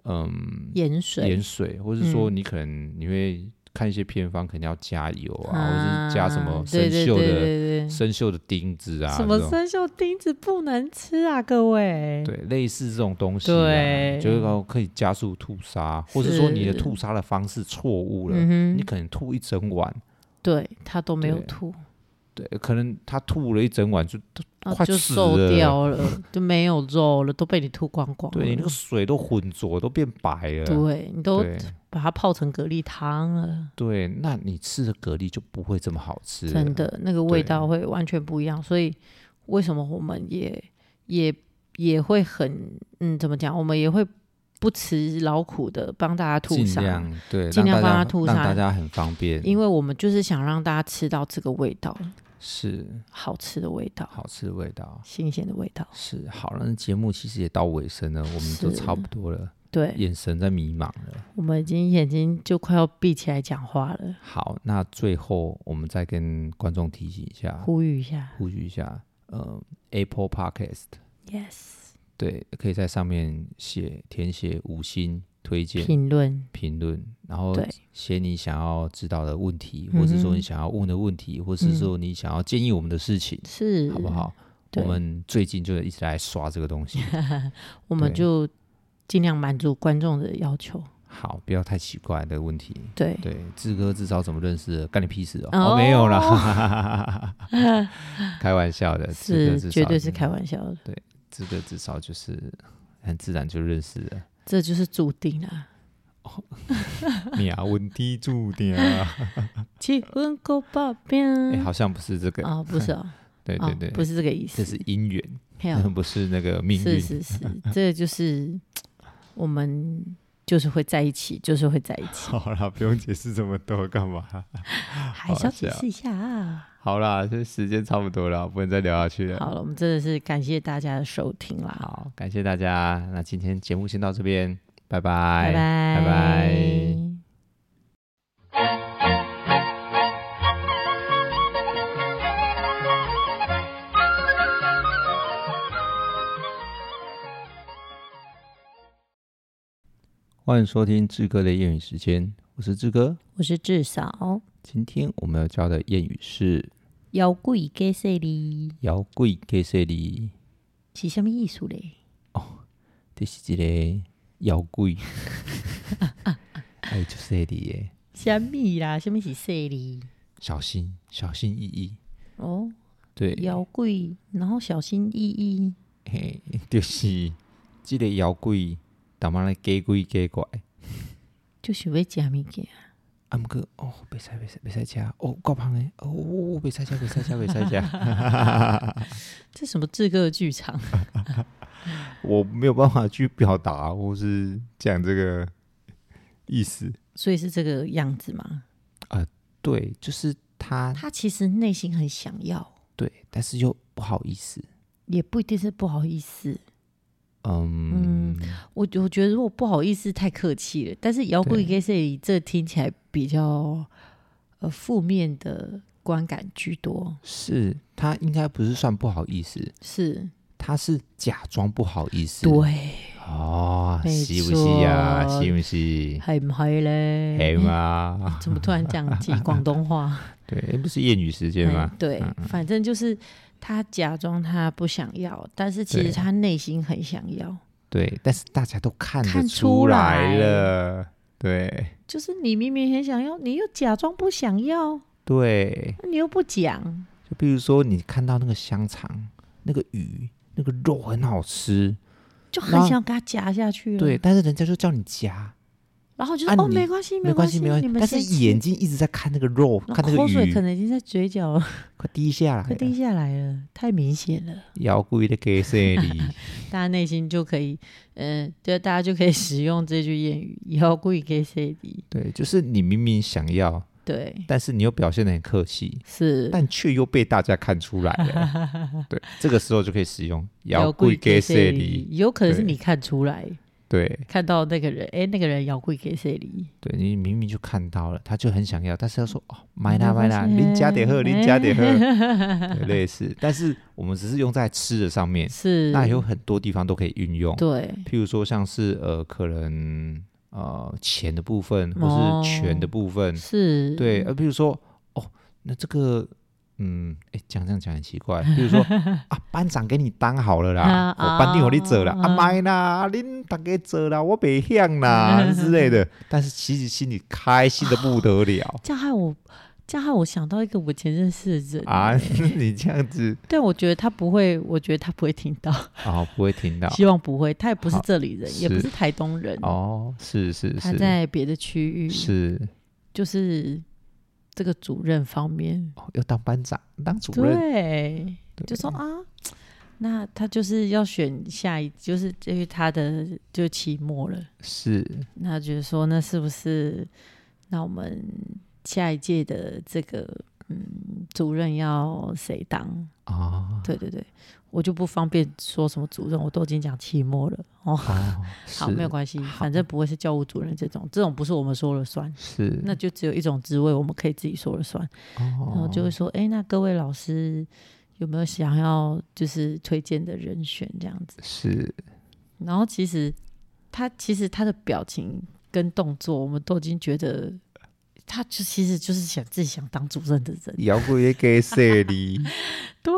嗯盐水，盐水，或是说嗯你可能你会看一些偏方，可能要加油啊，啊或是加什么生对对锈对的对对生锈的钉子啊，什么这种生锈钉子不能吃啊，各位。对类似这种东西、啊，对就是说可以加速吐沙，或是说你的是吐沙的方式错误了，嗯你哼，可能吐一整碗。对他都没有对吐，对，可能他吐了一整晚，就啊快就死瘦了掉了， 就没有肉了，都被你吐光光了。对你那个水都浑浊，都变白了。哦对你都对把它泡成蛤蜊汤了，对那你吃的蛤蜊就不会这么好吃了。真的那个味对道会完全不一样。所以为什么我们也也也会很嗯，怎么讲？我们也会不辞劳苦的帮大家吐尽沙，量对，尽让大量帮家它吐让沙大家很方便，因为我们就是想让大家吃到这个味道，是好吃的味道，好吃的味道。新鲜的味道。是好了，那节目其实也到尾声了，我们都是差不多了，对，眼神在迷茫了。我们已经眼睛就快要闭起来讲话了，好，那最后我们再跟观众提醒一下，呼吁一下呼吁一下，呃，Apple Podcast。 ，yes，对，可以在上面写填写五星推荐评论评论，然后对写你想要知道的问题，或是说你嗯哼嗯想要问的问题，或是说你想要建议我们的事情，是好不？好？我对们最近就一直在刷这个东 西，我们对就尽量满足观众的要求。好，不要太奇怪的问题。对，对，志哥至少怎么认识的？干你屁事哦！哦哦，没有 啦，开玩笑的，志哥是至绝少对是开玩笑的，志哥至少就是很自然就认识 了。这就是注定啊。你啊，问题注定 啊！结婚够报边哎、好像不是这个，啊，不是哦， 对哦对对，不是这个意这思是，姻缘，还有 不是那个命是运。是是，这就是我们就是会在一起，就是会在一起，好啦，不用解释这么多，干嘛？ 还是要解释一下啊。好啦，这时间差不多了，不能再聊下去了。好了，我们真的是感谢大家的收听啦，好，感谢大家，那今天节目先到这边，拜拜，拜拜拜拜。欢迎收听志哥的谚语时间，我是志哥。我是志嫂，今天我们要教的谚语是妖怪给谁哩？ “摇贵给谁哩是什么意思嘞？”，这是一个摇贵， 哎，就是你耶，什么啦？什么是谁哩？小心，小心翼翼，哦，对，妖怪，然后小心翼翼，嘿，就是这个摇贵，他妈的假鬼假怪。就是要食物件。啊，毋过哦，袂使袂使袂使食，哦，够芳诶，哦，袂使食袂使食袂使食，这什么志哥剧场？ 我没有办法去表达或是讲这个意思。 所以是这个样子吗？对，就是他他其实内心很想要，对，但是又不好意思。也不一定是不好意思。嗯，我我觉得如果不好意思太客气了，但是摇滚对 K 这里这听起来比较呃负面的观感居多，是他应该不是算不好意思，是他是假装不好意思。对，哦，没是不是呀、错是不是？还唔系嘞？嘿嘛， 怎么突然讲起广东话？ 对，诶不是谚语时间嗯吗？对，反正就是他假装他不想要，但是其实对他内心很想要。对，但是大家都看得看出出来来了，对。就是你明明很想要，你又假装不想要，对，你又不讲，就比如说你看到那个香肠、那个鱼、那个肉很好吃，就很然后想给他夹下去了。对，，但是人家就叫你夹，然后就是、啊哦，你没关系，没关关系，没关你系。们但是先吃眼睛一直在看那个肉，然看那后个口水鱼啊可，能已经在嘴 角了，快滴下来快滴了，下来了，太明显了。摇故意的给谁 你？大家内心就可以，嗯，对，大家就可以使用这句谚语，以后故意给谁的？对，就是你明明想要，对，但是你又表现的很客气，是但却又被大家看出来了。 对，这个时候就可以使用摇摇故意贵给谁里你？，有可能是对你看出来，对，看到那个人，哎，那个人摇贵给谁里？对你明明就看到了，他就很想要，但是他说哦，买啦买嗯没关 啦，系您加点喝，您加点喝，哎对类似。但是我们只是用在吃的上面， 是，那有很多地方都可以运用，对，譬如说像是呃，可能呃钱的部分，哦或是权的部分，是，嗯对，呃，譬如说哦，那这个。嗯，哎，讲这样讲很奇怪。譬 如说啊，班长给你当好了啦啊，我、班定我你哦做啦，啊，嗯买啦，恁大家做啦，我袂向 啦之类的。但是其实心里开心的不得 了这样害我，这样害我想到一个我前认识的人啊！ 欸你这样子对，我觉得他不会，我觉得他不会听到，啊、不会听到希望不会，他也不是好这里人，也不是是台东人，哦，是是他是在别的区域，是就是这个主任方面，哦，要当班长，当主任，嗯对，就说啊。那他就是要选下一，就是因为他的就期末了，是那就是说，那是不是那我们下一届的这个嗯主任要谁当？啊，对对对，我就不方便说什么主任，我都已经讲期末了哦。哦，好，是没有关系，好反正不会是教务主任这种，这种不是我们说了算，是那就只有一种职位我们可以自己说了算。然后哦，就会说，哎、那各位老师有没有想要就是推荐的人选这样子？是然后其实他其实他的表情跟动作，我们都已经觉得他就其实就是想自己想当主任的人。摇滚也给谁 哩？对，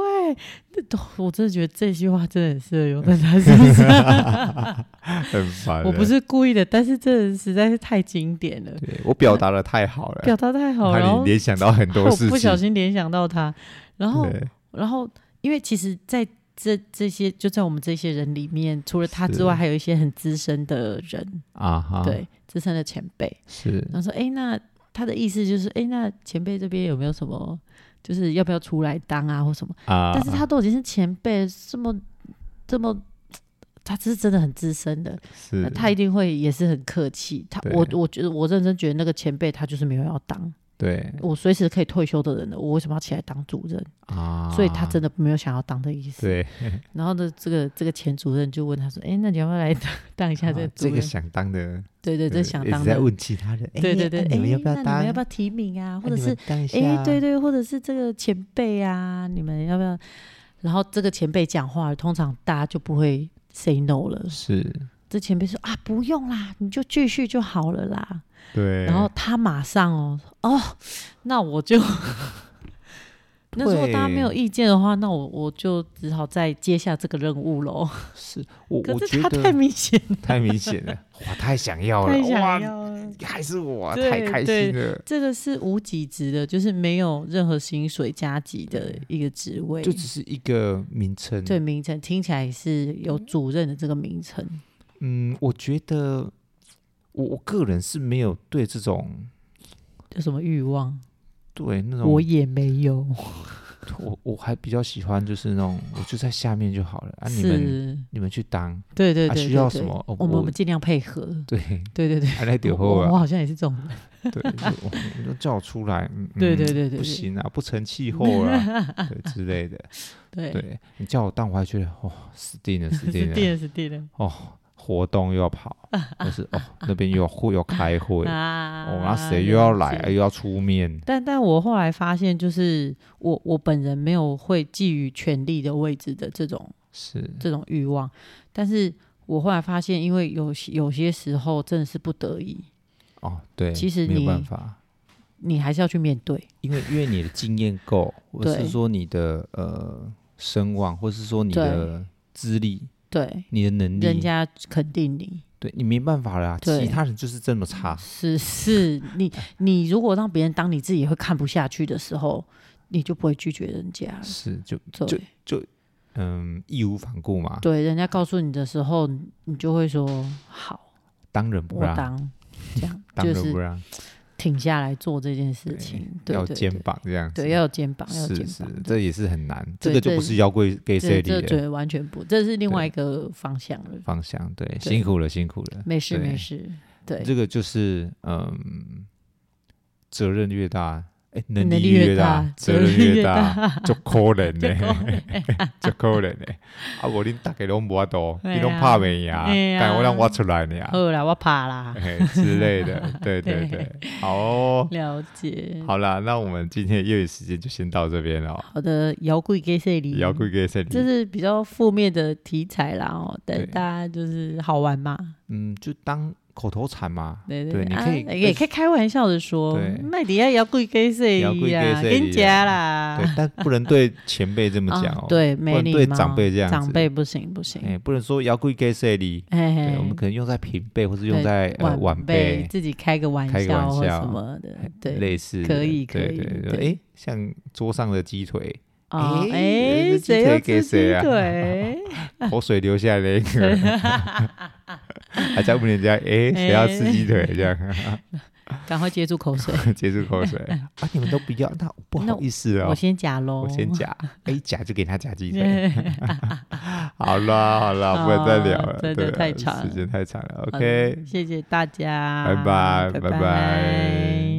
那都我真的觉得这句话真的很适合 用在他身上。很烦。我不。是故意的，但是这实在是太经典了，对我 表达的太好了，表达太好了，然让后你联想到很多 我事情。不小心联想到他，然后对然后因为其实在这这些就在我们这些人里面，除了他之外，是还有一些很资深的人，啊哈，，对，资深的前辈，是然后说，哎、那他的意思就是，哎、那前辈这边有没有什么，就是要不要出来当啊，或什么？啊，但是他都已经是前辈，这么这么。他是真的很资深的，啊是呃他一定会也是很客气。他对我我觉得我认真觉得那个前辈他就是没有要当，对我随时可以退休的人了，我为什么要起来当主任？啊，所以他真的没有想要当的意思。 对然后呢，这个这个前主任就问他说：“哎，那你要不要来当当一下这个啊主 这任？”个想当的，对对，这想一当直的在。问其他人，哎对对对，那你们诶要不要那你当？们要不要提名啊？那或者你们是当一下？哎，对对，或者是这个前辈啊，你们要不要？然后这个前辈讲话，通常大家就不会 say no 了，是这前辈说啊，不用啦，你就继续就好了啦。对，然后他马上哦哦，那 我就那如果大家没有对意见的话，那我我就只好再接下这个任务喽。是我我可觉是他太得明显， 太明显 了，哇，太想要了，太想哇，要了。还是我对太开心了，这个是无给职的，就是没有任何薪水加级的一个职位，就只是一个名称，对名称听起来是有主任的这个名称。嗯，我觉得我我个人是没有对这种有什么欲望？对那种我也没有，我我还比较喜欢就是那种我就在下面就好了啊， 你们是，你们去当，对对对啊对需要对什么哦我们我我们尽量配合， 对，对对对。还来丢 我后我啊，好像也是这种人，对，就我你都叫我出来，嗯，对嗯对对对不对行啊，不成 气候啊，对之类的，对，对你叫我当，我还觉得哦，死定 了，死定是了，定了是定了哦，活动又要跑，或是哦那边又要会要开会，哦， 啊！那谁又要来，哎了又解要出面，但但我后来发现，就是我我本人没有会觊觎权力的位置的这种是这种欲望，但是我后来发现，因为有些有些时候真的是不得已，哦，对，其实没有你办法，你还是要去面对。因为因为你的经验 够，或对是说你的呃声望，或是说你对的资历、对，你的能力，人家肯定你对你没办法啦，对其他人就是这么差。是是你你如果让别人当你自己会看不下去的时候，你就不会拒绝人家了。是就对嗯义无反顾嘛，对，人家告诉你的时候，你就会说好，当仁不我让，当这样当就仁是不让，挺下来做这件事情，对要对肩对膀这样子，对要有肩膀，要有是肩是膀，，这也是很难，这对个就这不是妖怪给这谁这的对完全不，这是另对外一个方向了。方向，对，辛苦了辛苦了，没事对没事，对，这个就是嗯责任越大。哎，能能力力越越大大，责责任任越越大，足可能 就够呢。了 足可能诶，啊，无恁逐个拢无法度，哎呀你拢拍袂赢，哎呀但我让我出来尔，好啦，我怕啦，嘿之类 的，对对对，好哦，了解。好啦，那我们今天的业余时间就先到这边了，好的，摇滚给谁里？要归给这嗯这里，是比较负面的题材啦哦，嗯对但大家就是好玩嘛，嗯，就当口头禅嘛，对对对，你啊可以也可以开玩笑的说对，麦迪亚摇滚给谁摇滚里给呀，谁跟里家对啦，，但不能对前辈这么啊讲 哦，，对，不没能礼对貌，长辈这样子，长辈不行不行，哎，不能说要归给谁里，嘿对，我们嘿，可能用在平辈或是用哎对在呃晚晚辈辈，自己开个玩开个玩笑或笑什么的，对，类似的，可以对可以对对，对哎，像桌上的鸡腿。哦，哎哎，这鸡谁腿要给吃鸡谁啊 腿？口水流下来那个，还在问人 家，哎、谁要吃鸡哎腿？这样 赶快接住口水，接住 口水啊！你们都不要，那不那好意思我哦，先夹喽，我先。 夹，哎，夹就给他夹鸡腿。 好啦好啦，不能再聊了，哦真的对啊太长了时间太长了。好 OK，的谢谢大家，拜拜拜拜拜